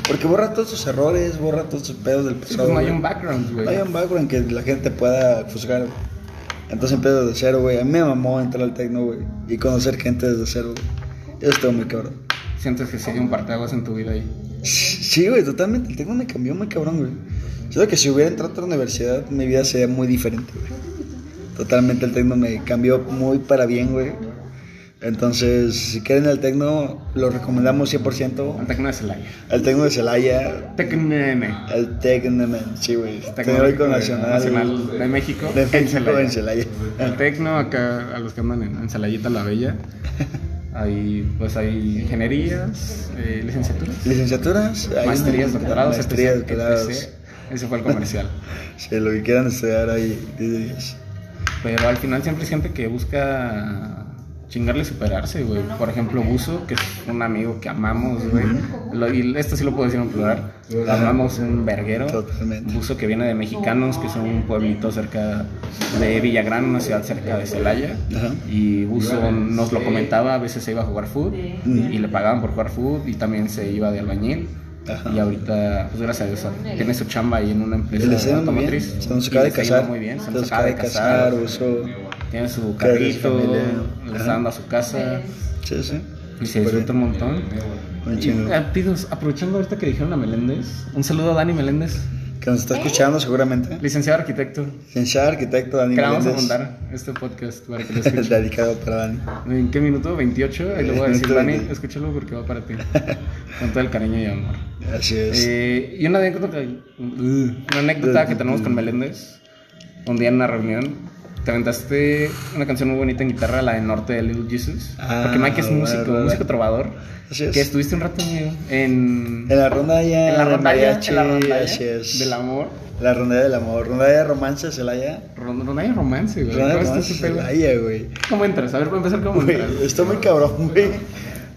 [SPEAKER 2] Porque borra todos tus errores, borra todos tus pedos del
[SPEAKER 1] Sí,
[SPEAKER 2] pasado.
[SPEAKER 1] pues no hay
[SPEAKER 2] güey.
[SPEAKER 1] un background, güey.
[SPEAKER 2] No hay un background que la gente pueda juzgar, güey. Entonces empiezo desde cero, güey. A mí me mamó entrar al tecno, güey. Y conocer gente desde cero, güey. Eso estuvo muy cabrón.
[SPEAKER 1] Sientes que sí hay un parteaguas en tu vida ahí.
[SPEAKER 2] Sí, güey, totalmente. El tecno me cambió muy cabrón, güey. Siento que si hubiera entrado a otra universidad, mi vida sería muy diferente, güey. Totalmente el tecno me cambió muy para bien, güey. Entonces, si quieren el tecno, lo recomendamos 100%.
[SPEAKER 1] Al tecno de Celaya.
[SPEAKER 2] El tecno de Celaya,
[SPEAKER 1] Tecneme.
[SPEAKER 2] el tecno, man. Sí, güey.
[SPEAKER 1] Tecnológico
[SPEAKER 2] Tecnológico Nacional.
[SPEAKER 1] Nacional de México.
[SPEAKER 2] De
[SPEAKER 1] en
[SPEAKER 2] México,
[SPEAKER 1] Celaya.
[SPEAKER 2] en Celaya.
[SPEAKER 1] El tecno acá, a los que andan en, en Celayita la Bella. Ahí, pues hay ingenierías, eh, licenciaturas.
[SPEAKER 2] Licenciaturas, ahí
[SPEAKER 1] Maestrías,
[SPEAKER 2] no,
[SPEAKER 1] doctorados,
[SPEAKER 2] maestrías,
[SPEAKER 1] etc,
[SPEAKER 2] doctorados.
[SPEAKER 1] etc. Ese fue el comercial.
[SPEAKER 2] Sí, lo que quieran estudiar ahí, 10 de 10.
[SPEAKER 1] Pero al final siempre es gente que busca chingarle y superarse, güey. Por ejemplo, Buzo, que es un amigo que amamos, güey. Lo- y esto sí lo puedo decir en plural. Lo amamos un verguero.
[SPEAKER 2] Totalmente.
[SPEAKER 1] Buzo que viene de Mexicanos, que es un pueblito cerca de Villagrán, una ciudad cerca de Celaya.
[SPEAKER 2] Ajá.
[SPEAKER 1] Y Buzo nos lo comentaba, a veces se iba a jugar fútbol y le pagaban por jugar fútbol y también se iba de albañil.
[SPEAKER 2] Ajá.
[SPEAKER 1] Y ahorita, pues gracias a Dios, tiene su chamba ahí en una empresa
[SPEAKER 2] Y les ha ido muy bien.
[SPEAKER 1] automotriz.
[SPEAKER 2] Se nos
[SPEAKER 1] Y
[SPEAKER 2] acaba de
[SPEAKER 1] les ha ido
[SPEAKER 2] casar.
[SPEAKER 1] Muy bien, se
[SPEAKER 2] nos
[SPEAKER 1] acaba de casar.
[SPEAKER 2] uso.
[SPEAKER 1] Tiene su
[SPEAKER 2] Claro, es
[SPEAKER 1] carrito,
[SPEAKER 2] familia.
[SPEAKER 1] le
[SPEAKER 2] Ajá.
[SPEAKER 1] está dando a su casa
[SPEAKER 2] Sí, sí.
[SPEAKER 1] y se disfruta un montón.
[SPEAKER 2] Un
[SPEAKER 1] Y,
[SPEAKER 2] chingo.
[SPEAKER 1] ah, pidos, aprovechando ahorita que dijeron a Meléndez, un saludo a Dani Meléndez,
[SPEAKER 2] Que nos
[SPEAKER 1] Eh.
[SPEAKER 2] está escuchando seguramente.
[SPEAKER 1] licenciado arquitecto,
[SPEAKER 2] Licenciado arquitecto Dani
[SPEAKER 1] que le vamos a
[SPEAKER 2] Meléndez.
[SPEAKER 1] montar este podcast para que lo escuche.
[SPEAKER 2] Dedicado para Dani.
[SPEAKER 1] ¿En qué minuto? 28. Ahí le voy a decir,
[SPEAKER 2] Minuto
[SPEAKER 1] Dani,
[SPEAKER 2] 20.
[SPEAKER 1] escúchalo porque va para ti. Con todo el cariño y amor.
[SPEAKER 2] Así es.
[SPEAKER 1] Eh, y una anécdota, mm, una anécdota que tenemos con Meléndez, un día en una reunión, te aventaste una canción muy bonita en guitarra, la de Norte de Little Jesus,
[SPEAKER 2] Ah,
[SPEAKER 1] porque Mike es
[SPEAKER 2] va,
[SPEAKER 1] músico,
[SPEAKER 2] va, va.
[SPEAKER 1] músico trovador,
[SPEAKER 2] Así es.
[SPEAKER 1] que estuviste un rato mío en,
[SPEAKER 2] en la rondalla.
[SPEAKER 1] en la
[SPEAKER 2] de
[SPEAKER 1] rondalla,
[SPEAKER 2] mariachi,
[SPEAKER 1] en la rondalla
[SPEAKER 2] Así es.
[SPEAKER 1] del amor,
[SPEAKER 2] La rondalla del amor. Rondalla de romance de Celaya.
[SPEAKER 1] ron- rondalla romance, güey,
[SPEAKER 2] Rondalla de
[SPEAKER 1] ¿Cómo está
[SPEAKER 2] romance de
[SPEAKER 1] ese pedo?
[SPEAKER 2] Celaya, güey.
[SPEAKER 1] ¿Cómo entras? A ver, voy a empezar cómo
[SPEAKER 2] Güey,
[SPEAKER 1] entras.
[SPEAKER 2] está muy cabrón, güey.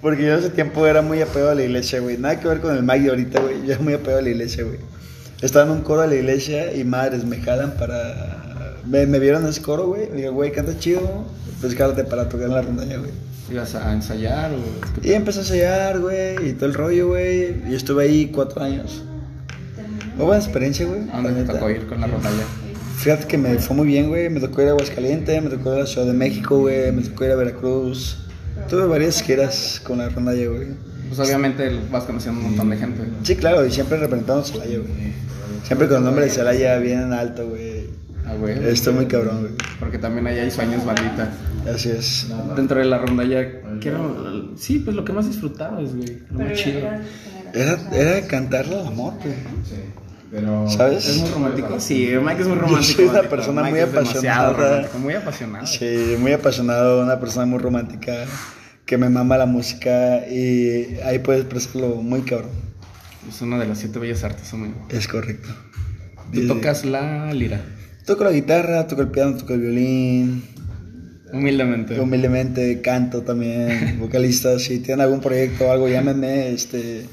[SPEAKER 2] Porque yo hace tiempo era muy apegado a la iglesia, güey. Nada que ver con el Mike de ahorita, güey. Yo era muy apegado a la iglesia, güey. Estaba en un coro de la iglesia y madres, me jalan para. Me, me vieron en ese coro, güey. Me digo, güey, canta chido. Pues jálate para tocar en la rondalla, güey.
[SPEAKER 1] ¿Ibas a ensayar o...?
[SPEAKER 2] Y empecé a sellar, güey, y todo el rollo, güey. Y estuve ahí cuatro años. Muy buena experiencia, güey.
[SPEAKER 1] ¿A
[SPEAKER 2] la
[SPEAKER 1] dónde te
[SPEAKER 2] neta.
[SPEAKER 1] Ah, tocó ir con la rondalla?
[SPEAKER 2] Fíjate que me fue muy bien, güey. Me tocó ir a Aguascalientes, me tocó ir a la Ciudad de México, güey. Me tocó ir a Veracruz. Tuve varias giras con la rondalla, güey.
[SPEAKER 1] Pues obviamente vas conociendo un montón de gente.
[SPEAKER 2] Sí, claro, y siempre representamos a Celaya, güey. Siempre con el nombre de Celaya bien en alto, güey.
[SPEAKER 1] Ah, güey.
[SPEAKER 2] Está muy cabrón, güey.
[SPEAKER 1] Porque también ahí hay sueños, bandita.
[SPEAKER 2] Así es.
[SPEAKER 1] Dentro de la rondalla, que era. Sí, pues lo que más disfrutabas, güey. Lo más chido.
[SPEAKER 2] Era, era cantarle al amor, güey.
[SPEAKER 5] Pero.
[SPEAKER 2] ¿Sabes?
[SPEAKER 1] ¿Es muy romántico? Sí, Mike es muy romántico.
[SPEAKER 2] soy una
[SPEAKER 1] bandita.
[SPEAKER 2] persona
[SPEAKER 1] Mike
[SPEAKER 2] muy
[SPEAKER 1] es demasiado
[SPEAKER 2] apasionada.
[SPEAKER 1] romántico, Muy apasionada.
[SPEAKER 2] Sí, muy apasionado, una persona muy romántica, que me mama la música y ahí puedes expresarlo muy cabrón.
[SPEAKER 1] Es una de las siete bellas artes, amigo.
[SPEAKER 2] Es correcto.
[SPEAKER 1] Tú
[SPEAKER 2] Y-
[SPEAKER 1] tocas la lira.
[SPEAKER 2] Toco la guitarra, toco el piano, toco el violín,
[SPEAKER 1] Humildemente.
[SPEAKER 2] humildemente canto también, vocalista, si tienen algún proyecto o algo, llámenme, este,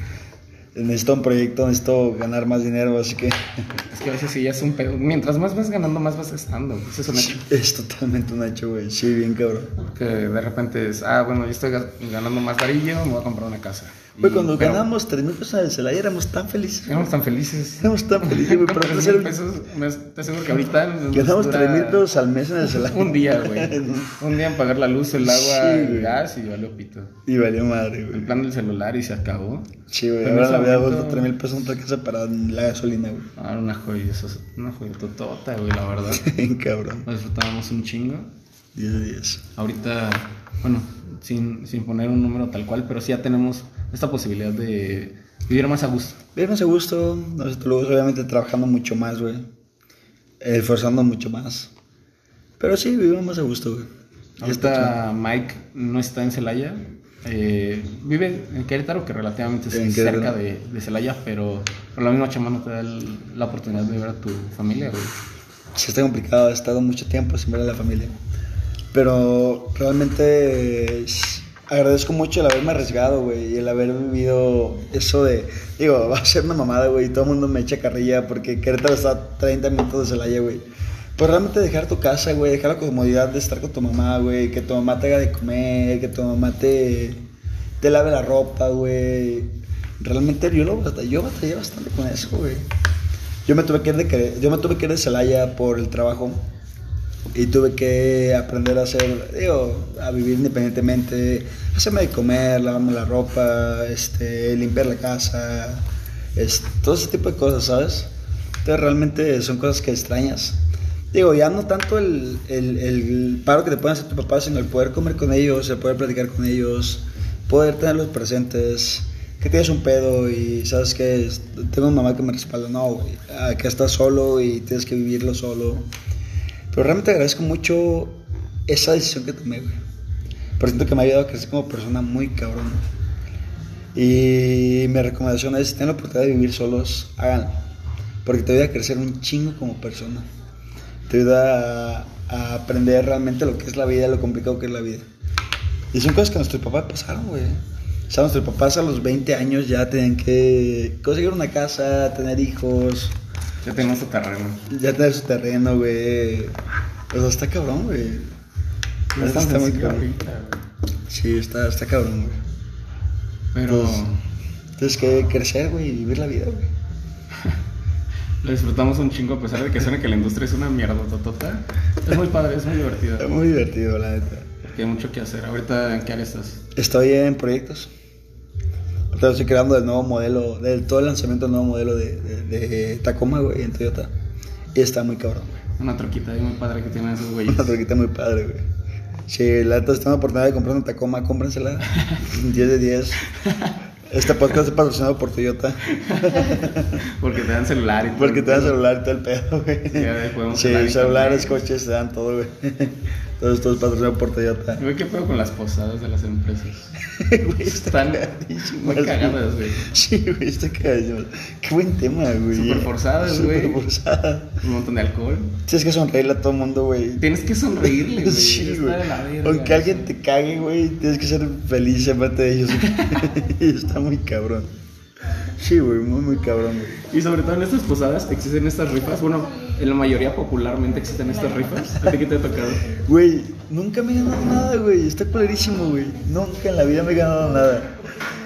[SPEAKER 2] necesito un proyecto, necesito ganar más dinero, así que
[SPEAKER 1] Es que a veces sí ya es un pedo. Mientras más vas ganando, más vas gastando. güey. Eso es un hecho.
[SPEAKER 2] es totalmente un hecho, güey, sí, bien cabrón.
[SPEAKER 1] Que de repente es, ah, bueno, yo estoy ga- ganando más varillo, me voy a comprar una casa.
[SPEAKER 2] Güey,
[SPEAKER 1] Y-
[SPEAKER 2] cuando
[SPEAKER 1] pero
[SPEAKER 2] ganamos 3 mil pesos en el Celaya éramos tan felices,
[SPEAKER 1] Éramos tan felices.
[SPEAKER 2] éramos tan felices, güey,
[SPEAKER 1] Con
[SPEAKER 2] pero
[SPEAKER 1] tres
[SPEAKER 2] antes era
[SPEAKER 1] mil
[SPEAKER 2] un
[SPEAKER 1] pesos, me- te aseguro que ahorita. nos
[SPEAKER 2] Ganamos
[SPEAKER 1] dura
[SPEAKER 2] 3 mil pesos al mes en el celular.
[SPEAKER 1] Un día, güey. Un día en pagar la luz, el agua,
[SPEAKER 2] Sí,
[SPEAKER 1] el
[SPEAKER 2] güey.
[SPEAKER 1] gas y valió pito.
[SPEAKER 2] y valió madre,
[SPEAKER 1] El
[SPEAKER 2] güey.
[SPEAKER 1] plan del celular y se acabó.
[SPEAKER 2] Sí, güey.
[SPEAKER 1] Pero en
[SPEAKER 2] Ahora
[SPEAKER 1] ese
[SPEAKER 2] le había
[SPEAKER 1] momento-
[SPEAKER 2] vuelto 3 mil pesos en otra casa para la gasolina, güey.
[SPEAKER 1] Ah, era una joya, eso es una joya totota, güey, la verdad.
[SPEAKER 2] Bien cabrón.
[SPEAKER 1] Lo disfrutábamos un chingo.
[SPEAKER 2] 10 de 10.
[SPEAKER 1] Ahorita, bueno, sin, sin poner un número tal cual, pero sí ya tenemos esta posibilidad de vivir más a gusto.
[SPEAKER 2] Viernes a gusto. Nosotros luego, obviamente, trabajando mucho más, güey. Eh, Esforzando mucho más. Pero sí, vivimos a gusto, güey. Ya está
[SPEAKER 1] Ahorita Mike no está en Celaya. eh, vive en Querétaro, que relativamente es
[SPEAKER 2] En Querétaro.
[SPEAKER 1] cerca de, de Celaya, pero, pero la misma chama no te da el- la oportunidad de ver a tu familia, güey.
[SPEAKER 2] chido. Sí, está complicado. He estado mucho tiempo sin ver a la familia. Pero realmente es- agradezco mucho el haberme arriesgado, güey, y el haber vivido eso de, digo, va a ser una mamada, güey, y todo el mundo me echa carrilla porque Querétaro está a 30 minutos de Celaya, güey. Pues realmente dejar tu casa, güey, dejar la comodidad de estar con tu mamá, güey, que tu mamá te haga de comer, que tu mamá te, te lave la ropa, güey. Realmente yo lo bata- yo batallé bastante con eso, güey. Yo me tuve que ir de Quere- yo me tuve que ir de Celaya por el trabajo. Y tuve que aprender a hacer, digo, a vivir independientemente, hacerme de comer, lavarme la ropa, este, limpiar la casa, es, todo ese tipo de cosas, ¿sabes? Entonces realmente son cosas que extrañas. Digo, ya no tanto el, el, el paro que te pueden hacer tu papá, sino el poder comer con ellos, el poder platicar con ellos, poder tenerlos presentes, que tienes un pedo y sabes que tengo una mamá que me respalda, no, güey, acá estás solo y tienes que vivirlo solo. Pero realmente agradezco mucho esa decisión que tomé, güey. Pero siento que me ha ayudado a crecer como persona muy cabrón. Y mi recomendación es, si tienen la oportunidad de vivir solos, háganlo. Porque te ayuda a crecer un chingo como persona. Te ayuda a, a aprender realmente lo que es la vida, lo complicado que es la vida. Y son cosas que a nuestros papás pasaron, güey. O sea, nuestros papás a los 20 años ya tenían que conseguir una casa, tener hijos,
[SPEAKER 1] Ya tenemos tu terreno.
[SPEAKER 2] ya tener su terreno, güey. O sea, está cabrón, güey.
[SPEAKER 1] No es tan
[SPEAKER 2] Pues Está muy
[SPEAKER 1] sencillo
[SPEAKER 2] cabrón.
[SPEAKER 1] ahorita, güey.
[SPEAKER 2] Sí, está, está cabrón, güey.
[SPEAKER 1] Pero
[SPEAKER 2] Pues- Tienes que crecer, güey, y vivir la vida, güey.
[SPEAKER 1] lo disfrutamos un chingo, a pesar de que suena que la industria es una mierda totota. Es muy padre, es muy divertido.
[SPEAKER 2] Está muy divertido, la neta.
[SPEAKER 1] Porque hay mucho que hacer. Ahorita, ¿en qué área estás?
[SPEAKER 2] Estoy en proyectos. Ahorita estoy creando el nuevo modelo, del, todo el lanzamiento del nuevo modelo de, de- de Tacoma, güey, en Toyota. Y está muy cabrón, güey.
[SPEAKER 1] Una troquita ahí muy padre que tienen esos güeyes.
[SPEAKER 2] Una troquita muy padre, güey. Si la neta está una oportunidad de comprar una Tacoma, cómprensela. 10 de 10. Este podcast es patrocinado por Toyota.
[SPEAKER 1] Porque te dan celular y todo.
[SPEAKER 2] Porque te dan celular y todo el pedo,
[SPEAKER 1] Ya, ahí podemos
[SPEAKER 2] güey. Sí,
[SPEAKER 1] hablar y
[SPEAKER 2] celulares,
[SPEAKER 1] también.
[SPEAKER 2] coches, te dan todo, güey. Todo esto es patrocinado por Toyota.
[SPEAKER 1] Güey, ¿qué pedo con las posadas de las empresas?
[SPEAKER 2] Güey,
[SPEAKER 1] Están muy
[SPEAKER 2] güey.
[SPEAKER 1] cagadas, güey.
[SPEAKER 2] Sí, güey, está cagadísimo. Qué buen tema, güey.
[SPEAKER 1] Superforzadas, güey.
[SPEAKER 2] Superforzadas.
[SPEAKER 1] Un montón de alcohol.
[SPEAKER 2] Tienes que sonreírle a todo el mundo, güey.
[SPEAKER 1] Tienes que sonreírle, güey.
[SPEAKER 2] Sí,
[SPEAKER 1] Está
[SPEAKER 2] güey.
[SPEAKER 1] de la verga,
[SPEAKER 2] Aunque alguien
[SPEAKER 1] sí.
[SPEAKER 2] te cague, güey, tienes que ser feliz aparte de ellos. está muy cabrón. Sí, güey, muy, muy cabrón, güey.
[SPEAKER 1] Y sobre todo en estas posadas existen estas rifas. Bueno, en la mayoría popularmente existen estas rifas. ¿A ti qué te ha tocado?
[SPEAKER 2] Güey, nunca me he ganado nada, güey. Está culerísimo, güey. Nunca en la vida me he ganado nada.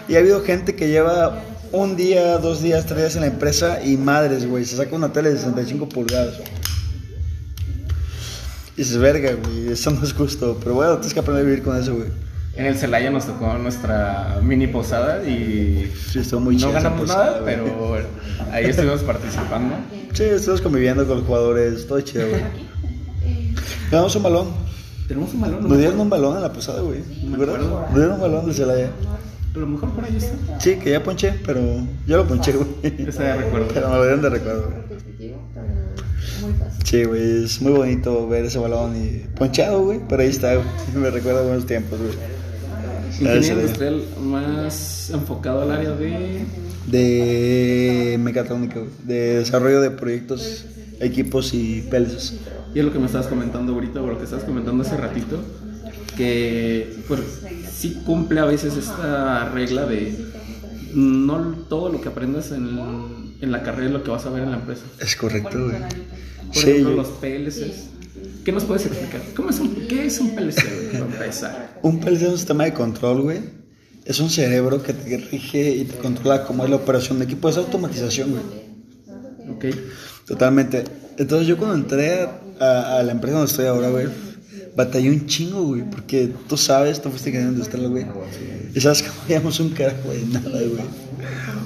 [SPEAKER 2] Y ha habido gente que lleva un día, dos días, tres días en la empresa y madres, güey. Se saca una tele de 65 pulgadas. Y dices, verga, güey. Eso no es justo. Pero bueno, tienes que aprender a vivir con eso, güey.
[SPEAKER 1] En el Celaya nos tocó nuestra mini posada y
[SPEAKER 2] Sí, estuvo muy
[SPEAKER 1] no
[SPEAKER 2] chida esa
[SPEAKER 1] ganamos
[SPEAKER 2] posada,
[SPEAKER 1] nada,
[SPEAKER 2] güey.
[SPEAKER 1] pero ahí estuvimos participando.
[SPEAKER 2] Sí, estuvimos conviviendo con los jugadores, todo chido, güey. Ganamos un balón.
[SPEAKER 1] Tenemos un balón,
[SPEAKER 2] Nos dieron un balón en la posada, güey. ¿Me acuerdas? Nos dieron un balón de Celaya.
[SPEAKER 1] a lo mejor por ahí está.
[SPEAKER 2] Sí, que ya ponché, pero yo lo ponché, güey.
[SPEAKER 1] Ese de recuerdo.
[SPEAKER 2] Pero me lo dieron de recuerdo, güey. Sí, güey, es muy bonito ver ese balón y ponchado, güey, pero ahí está, güey. me recuerda a buenos tiempos, güey.
[SPEAKER 1] Ingeniería
[SPEAKER 2] Gracias, güey.
[SPEAKER 1] industrial más enfocado al área de
[SPEAKER 2] De mecatrónica, güey, de desarrollo de proyectos, equipos y pélizas.
[SPEAKER 1] Y es lo que me estabas comentando ahorita, o lo que estabas comentando hace ratito, que pues sí cumple a veces esta regla de no todo lo que aprendas en, en la carrera es lo que vas a ver en la empresa.
[SPEAKER 2] Es correcto, güey.
[SPEAKER 1] Por
[SPEAKER 2] Sí,
[SPEAKER 1] ejemplo,
[SPEAKER 2] yo-
[SPEAKER 1] los PLCs. ¿Qué nos puedes explicar? ¿Cómo es un, ¿Qué es un PLC? güey, para empezar?
[SPEAKER 2] un PLC es un sistema de control, güey. Es un cerebro que te rige y te controla cómo es la operación de equipo. Es automatización, güey.
[SPEAKER 1] Ok.
[SPEAKER 2] Totalmente. Entonces yo cuando entré a, a- a la empresa donde estoy ahora, güey, batallé un chingo, güey, porque tú sabes, tú fuiste ingeniero industrial, güey. Y sabes que no veíamos un carajo de nada, güey.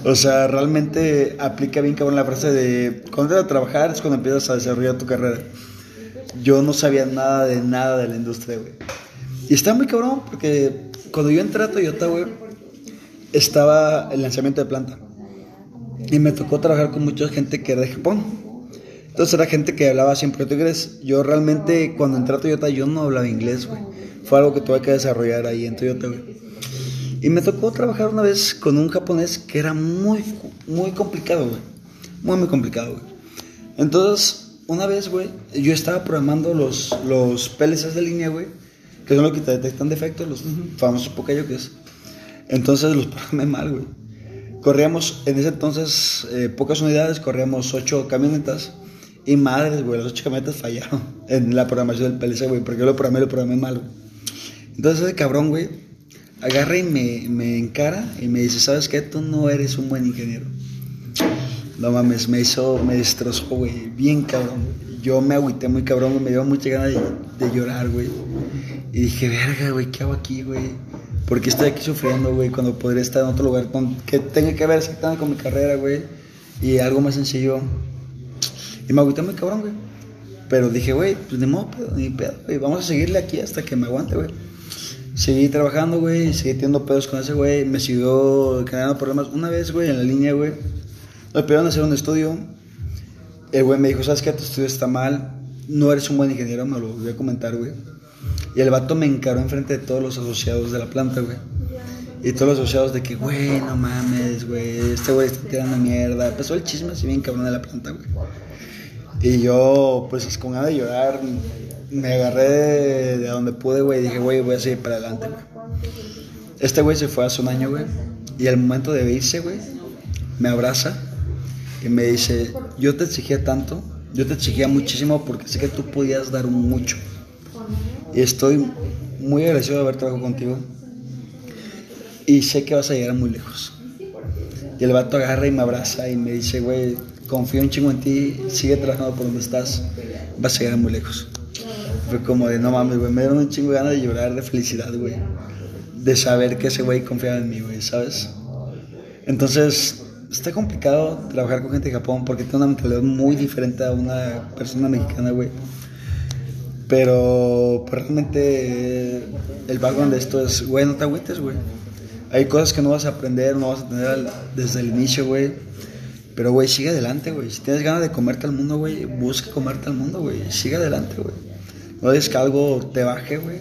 [SPEAKER 2] O sea, realmente aplica bien cabrón la frase de cuando entras a trabajar es cuando empiezas a desarrollar tu carrera. Yo no sabía nada de nada de la industria, güey. Y está muy cabrón porque cuando yo entré a Toyota, güey, estaba el lanzamiento de planta. Y me tocó trabajar con mucha gente que era de Japón. Entonces era gente que hablaba siempre inglés. Yo realmente cuando entré a Toyota yo no hablaba inglés, güey. Fue algo que tuve que desarrollar ahí en Toyota, güey. Y me tocó trabajar una vez con un japonés que era muy, muy complicado, güey. Muy, muy complicado, güey. Entonces, una vez, güey, yo estaba programando los, los PLCs de línea, güey. Que son los que te detectan defectos, los famosos Pocayokes. Entonces los programé mal, güey. Corríamos, en ese entonces, eh, pocas unidades, corríamos ocho camionetas. Y madres, güey, las ocho camionetas fallaron en la programación del PLC, güey, porque yo lo programé, lo programé mal, güey. Entonces ese cabrón, güey, agarra y me, me encara y me dice, ¿sabes qué? Tú no eres un buen ingeniero. No mames, me hizo, me destrozó, güey, bien cabrón. güey. Yo me agüité muy cabrón, güey, me dio mucha ganas de, de llorar, güey. Y dije, verga, güey, ¿qué hago aquí, güey? ¿Por qué estoy aquí sufriendo, güey? Cuando podría estar en otro lugar con- que tenga que ver exactamente con mi carrera, güey. Y algo más sencillo. Y me agüité muy cabrón, güey. Pero dije, güey, pues ni modo, pedo, ni pedo, güey. Vamos a seguirle aquí hasta que me aguante, güey. Seguí trabajando, güey, seguí teniendo pedos con ese güey, me siguió creando problemas. Una vez, güey, en la línea, güey, nos pidieron hacer un estudio. El güey me dijo, ¿sabes qué? Tu estudio está mal, no eres un buen ingeniero, me lo volvió a comentar, güey. Y el vato me encaró enfrente de todos los asociados de la planta, güey. Y todos los asociados de que, güey, no mames, güey, este güey está tirando mierda. Empezó el chisme así bien cabrón de la planta, güey. Y yo, pues con ganas de llorar, me agarré de, de donde pude, güey, y dije, güey, voy a seguir para adelante, güey. Este güey se fue hace un año, güey, y al momento de irse, güey, me abraza y me dice, yo te exigía tanto, yo te exigía muchísimo porque sé que tú podías dar mucho. Y estoy muy agradecido de haber trabajado contigo y sé que vas a llegar muy lejos. Y el vato agarra y me abraza y me dice, güey, confío un chingo en ti, sigue trabajando por donde estás, vas a llegar muy lejos. Fue como de, no mames, güey, me dieron un chingo de ganas de llorar de felicidad, güey. De saber que ese güey confiaba en mí, güey, ¿sabes? Entonces, está complicado trabajar con gente de Japón porque tiene una mentalidad muy diferente a una persona mexicana, güey. Pero pues, realmente eh, el background de esto es, güey, no te agüites, güey. Hay cosas que no vas a aprender, no vas a tener al- desde el inicio, güey. Pero, güey, sigue adelante, güey. Si tienes ganas de comerte al mundo, güey, busca comerte al mundo, güey. Sigue adelante, güey. No dejes que algo te baje, güey.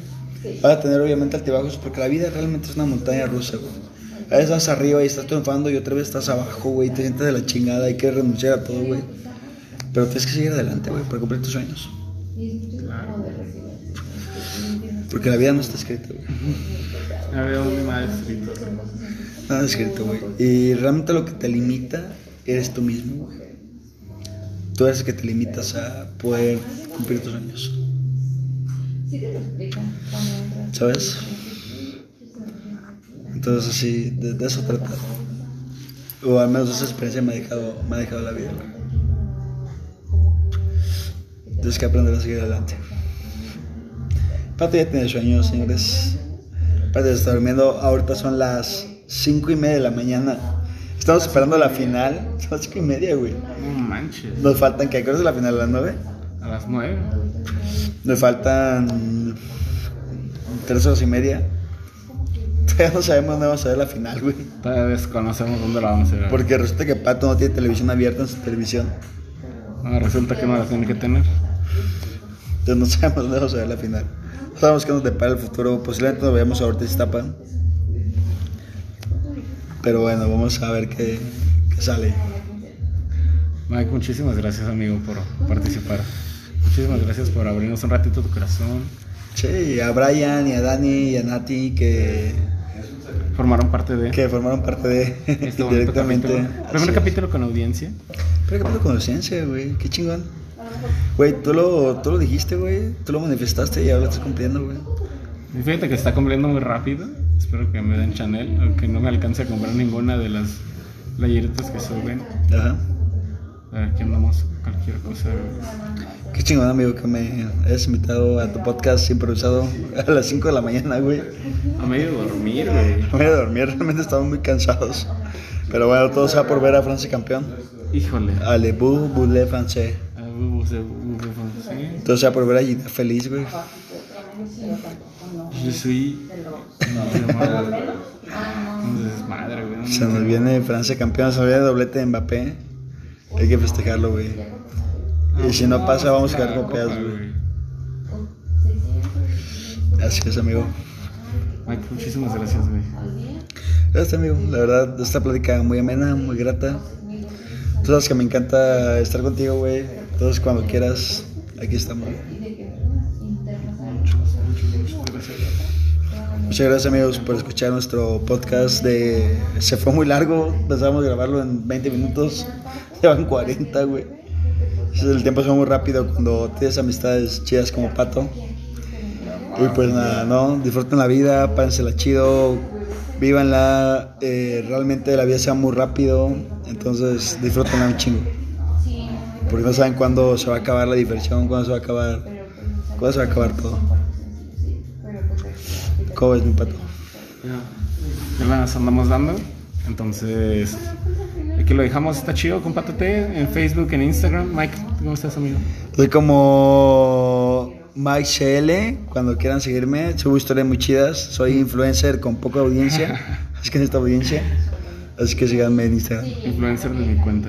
[SPEAKER 2] Vas a tener, obviamente, altibajos porque la vida realmente es una montaña rusa, güey. A veces estás arriba y estás triunfando y otra vez estás abajo, güey. Te sientes de la chingada y quieres renunciar a todo, güey. Pero tienes que seguir adelante, güey, para cumplir tus sueños. Porque la vida no está escrita, güey.
[SPEAKER 1] A ver, ¿dónde más escrito?
[SPEAKER 2] Nada escrito, güey. Y realmente lo que te limita eres tú mismo, güey. Tú eres el que te limitas a poder cumplir tus sueños. ¿Sabes? Entonces, así, de, de eso trata. O al menos esa experiencia me ha dejado, me ha dejado la vida, güey. Tienes que aprender a seguir adelante. Pato ya tiene sueños, señores. Espérate, está durmiendo. Ahorita son las cinco y media de la mañana. Estamos esperando la final. Son las cinco y media, güey.
[SPEAKER 1] No manches.
[SPEAKER 2] Nos faltan, ¿qué horas de la final? ¿A las nueve?
[SPEAKER 1] A las nueve.
[SPEAKER 2] Nos faltan tres horas y media. Todavía no sabemos dónde vamos a ver la final, güey.
[SPEAKER 1] Todavía desconocemos dónde la vamos a ver.
[SPEAKER 2] Porque resulta que Pato no tiene televisión abierta en su televisión.
[SPEAKER 1] Ah, resulta que no la tiene que tener.
[SPEAKER 2] Entonces no sabemos dónde vamos a ver la final. No sabemos qué nos depara el futuro. Posiblemente nos veamos ahorita en Iztapa. Pero bueno, vamos a ver qué, qué sale.
[SPEAKER 1] Mike, muchísimas gracias, amigo, por participar. Muchísimas gracias por abrirnos un ratito tu corazón.
[SPEAKER 2] Che, y a Brian, y a Dani, y a Nati que,
[SPEAKER 1] Formaron parte de
[SPEAKER 2] que formaron parte de
[SPEAKER 1] este bonito
[SPEAKER 2] directamente.
[SPEAKER 1] capítulo.
[SPEAKER 2] Así
[SPEAKER 1] Primer
[SPEAKER 2] es.
[SPEAKER 1] capítulo con audiencia.
[SPEAKER 2] Pero qué pedo con ciencia, güey. Qué chingón. Güey, tú lo, tú lo dijiste, güey. Tú lo manifestaste y ahora lo estás cumpliendo, güey.
[SPEAKER 1] Y Fíjate que está cumpliendo muy rápido. Espero que me den Chanel, aunque no me alcance a comprar ninguna de las playeritas que suben.
[SPEAKER 2] Ajá.
[SPEAKER 1] Aquí andamos cualquier cosa. güey.
[SPEAKER 2] Qué chingón, amigo, que me hayas invitado a tu podcast improvisado a las 5 de la mañana, güey.
[SPEAKER 1] A medio dormir, güey.
[SPEAKER 2] Me voy a dormir, realmente estamos muy cansados. Pero bueno, todo sea por ver a Francia campeón.
[SPEAKER 1] Híjole.
[SPEAKER 2] Ale, bu, boule, francés.
[SPEAKER 1] Ah, bu- bu- se- bu- bu- bu- sí.
[SPEAKER 2] Todo sea por ver a Gita feliz, güey.
[SPEAKER 1] Yo soy. Un desmadre, güey.
[SPEAKER 2] Se nos viene Francia campeón, se nos viene doblete de Mbappé. Hay que festejarlo, güey.
[SPEAKER 1] Ah,
[SPEAKER 2] Y si no pasa, vamos a quedar copiados, güey. Así es, amigo.
[SPEAKER 1] Mike, muchísimas gracias, güey.
[SPEAKER 2] Gracias, amigo. La verdad, esta plática muy amena, muy grata. Tú sabes que me encanta estar contigo, güey. Entonces, cuando quieras, aquí estamos. Muchas gracias, amigos, por escuchar nuestro podcast. De... Se fue muy largo. Pensábamos grabarlo en 20 minutos. Llevan 40, güey. El tiempo se va muy rápido cuando tienes amistades chidas como Pato. Y pues nada, ¿no? Disfruten la vida, pásensela chido, vívanla, eh, realmente la vida se va muy rápido, entonces disfrútenla un chingo. Porque no saben cuándo se va a acabar la diversión, cuándo se va a acabar, cuándo se va a acabar todo. ¿Cómo es mi pato?
[SPEAKER 1] Ya las andamos dando. Entonces, aquí lo dejamos. Está chido. Compártete en Facebook, en Instagram. Mike, ¿cómo estás, amigo?
[SPEAKER 2] Soy como Mike CL, cuando quieran seguirme, subo historias muy chidas, soy influencer con poca audiencia, así que en esta audiencia, así que síganme en Instagram.
[SPEAKER 1] Influencer de mi cuenta.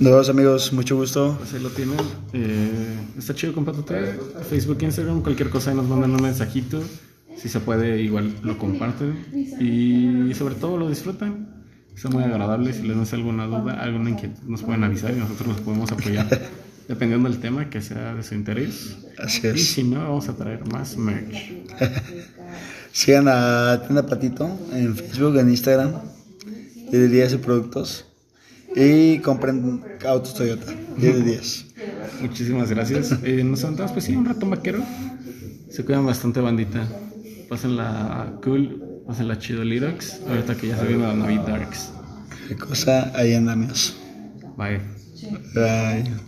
[SPEAKER 2] Nos vemos amigos, mucho gusto.
[SPEAKER 1] Pues ahí lo tienen. Eh, está chido, compártete. Facebook, Instagram, cualquier cosa. Ahí nos mandan un mensajito. Si se puede, igual lo comparten. Y sobre todo lo disfrutan. Son muy agradables. Si les nace alguna duda, alguna inquietud, nos pueden avisar y nosotros los podemos apoyar. Dependiendo del tema que sea de su interés.
[SPEAKER 2] Así
[SPEAKER 1] Y
[SPEAKER 2] es.
[SPEAKER 1] si no, vamos a traer más merch.
[SPEAKER 2] Sigan a Tienda Patito en Facebook, en Instagram, Diez de 10 y productos. Y compren autos Toyota, 10 de 10.
[SPEAKER 1] Muchísimas gracias. Eh, nos sentamos, pues sí, un rato vaquero. Se cuidan bastante, bandita. Pásenla cool, pásenla chido, Lidox. Ahorita que ya se viene la Navidad Darks.
[SPEAKER 2] Qué cosa, ahí andamos.
[SPEAKER 1] Bye.
[SPEAKER 2] Bye.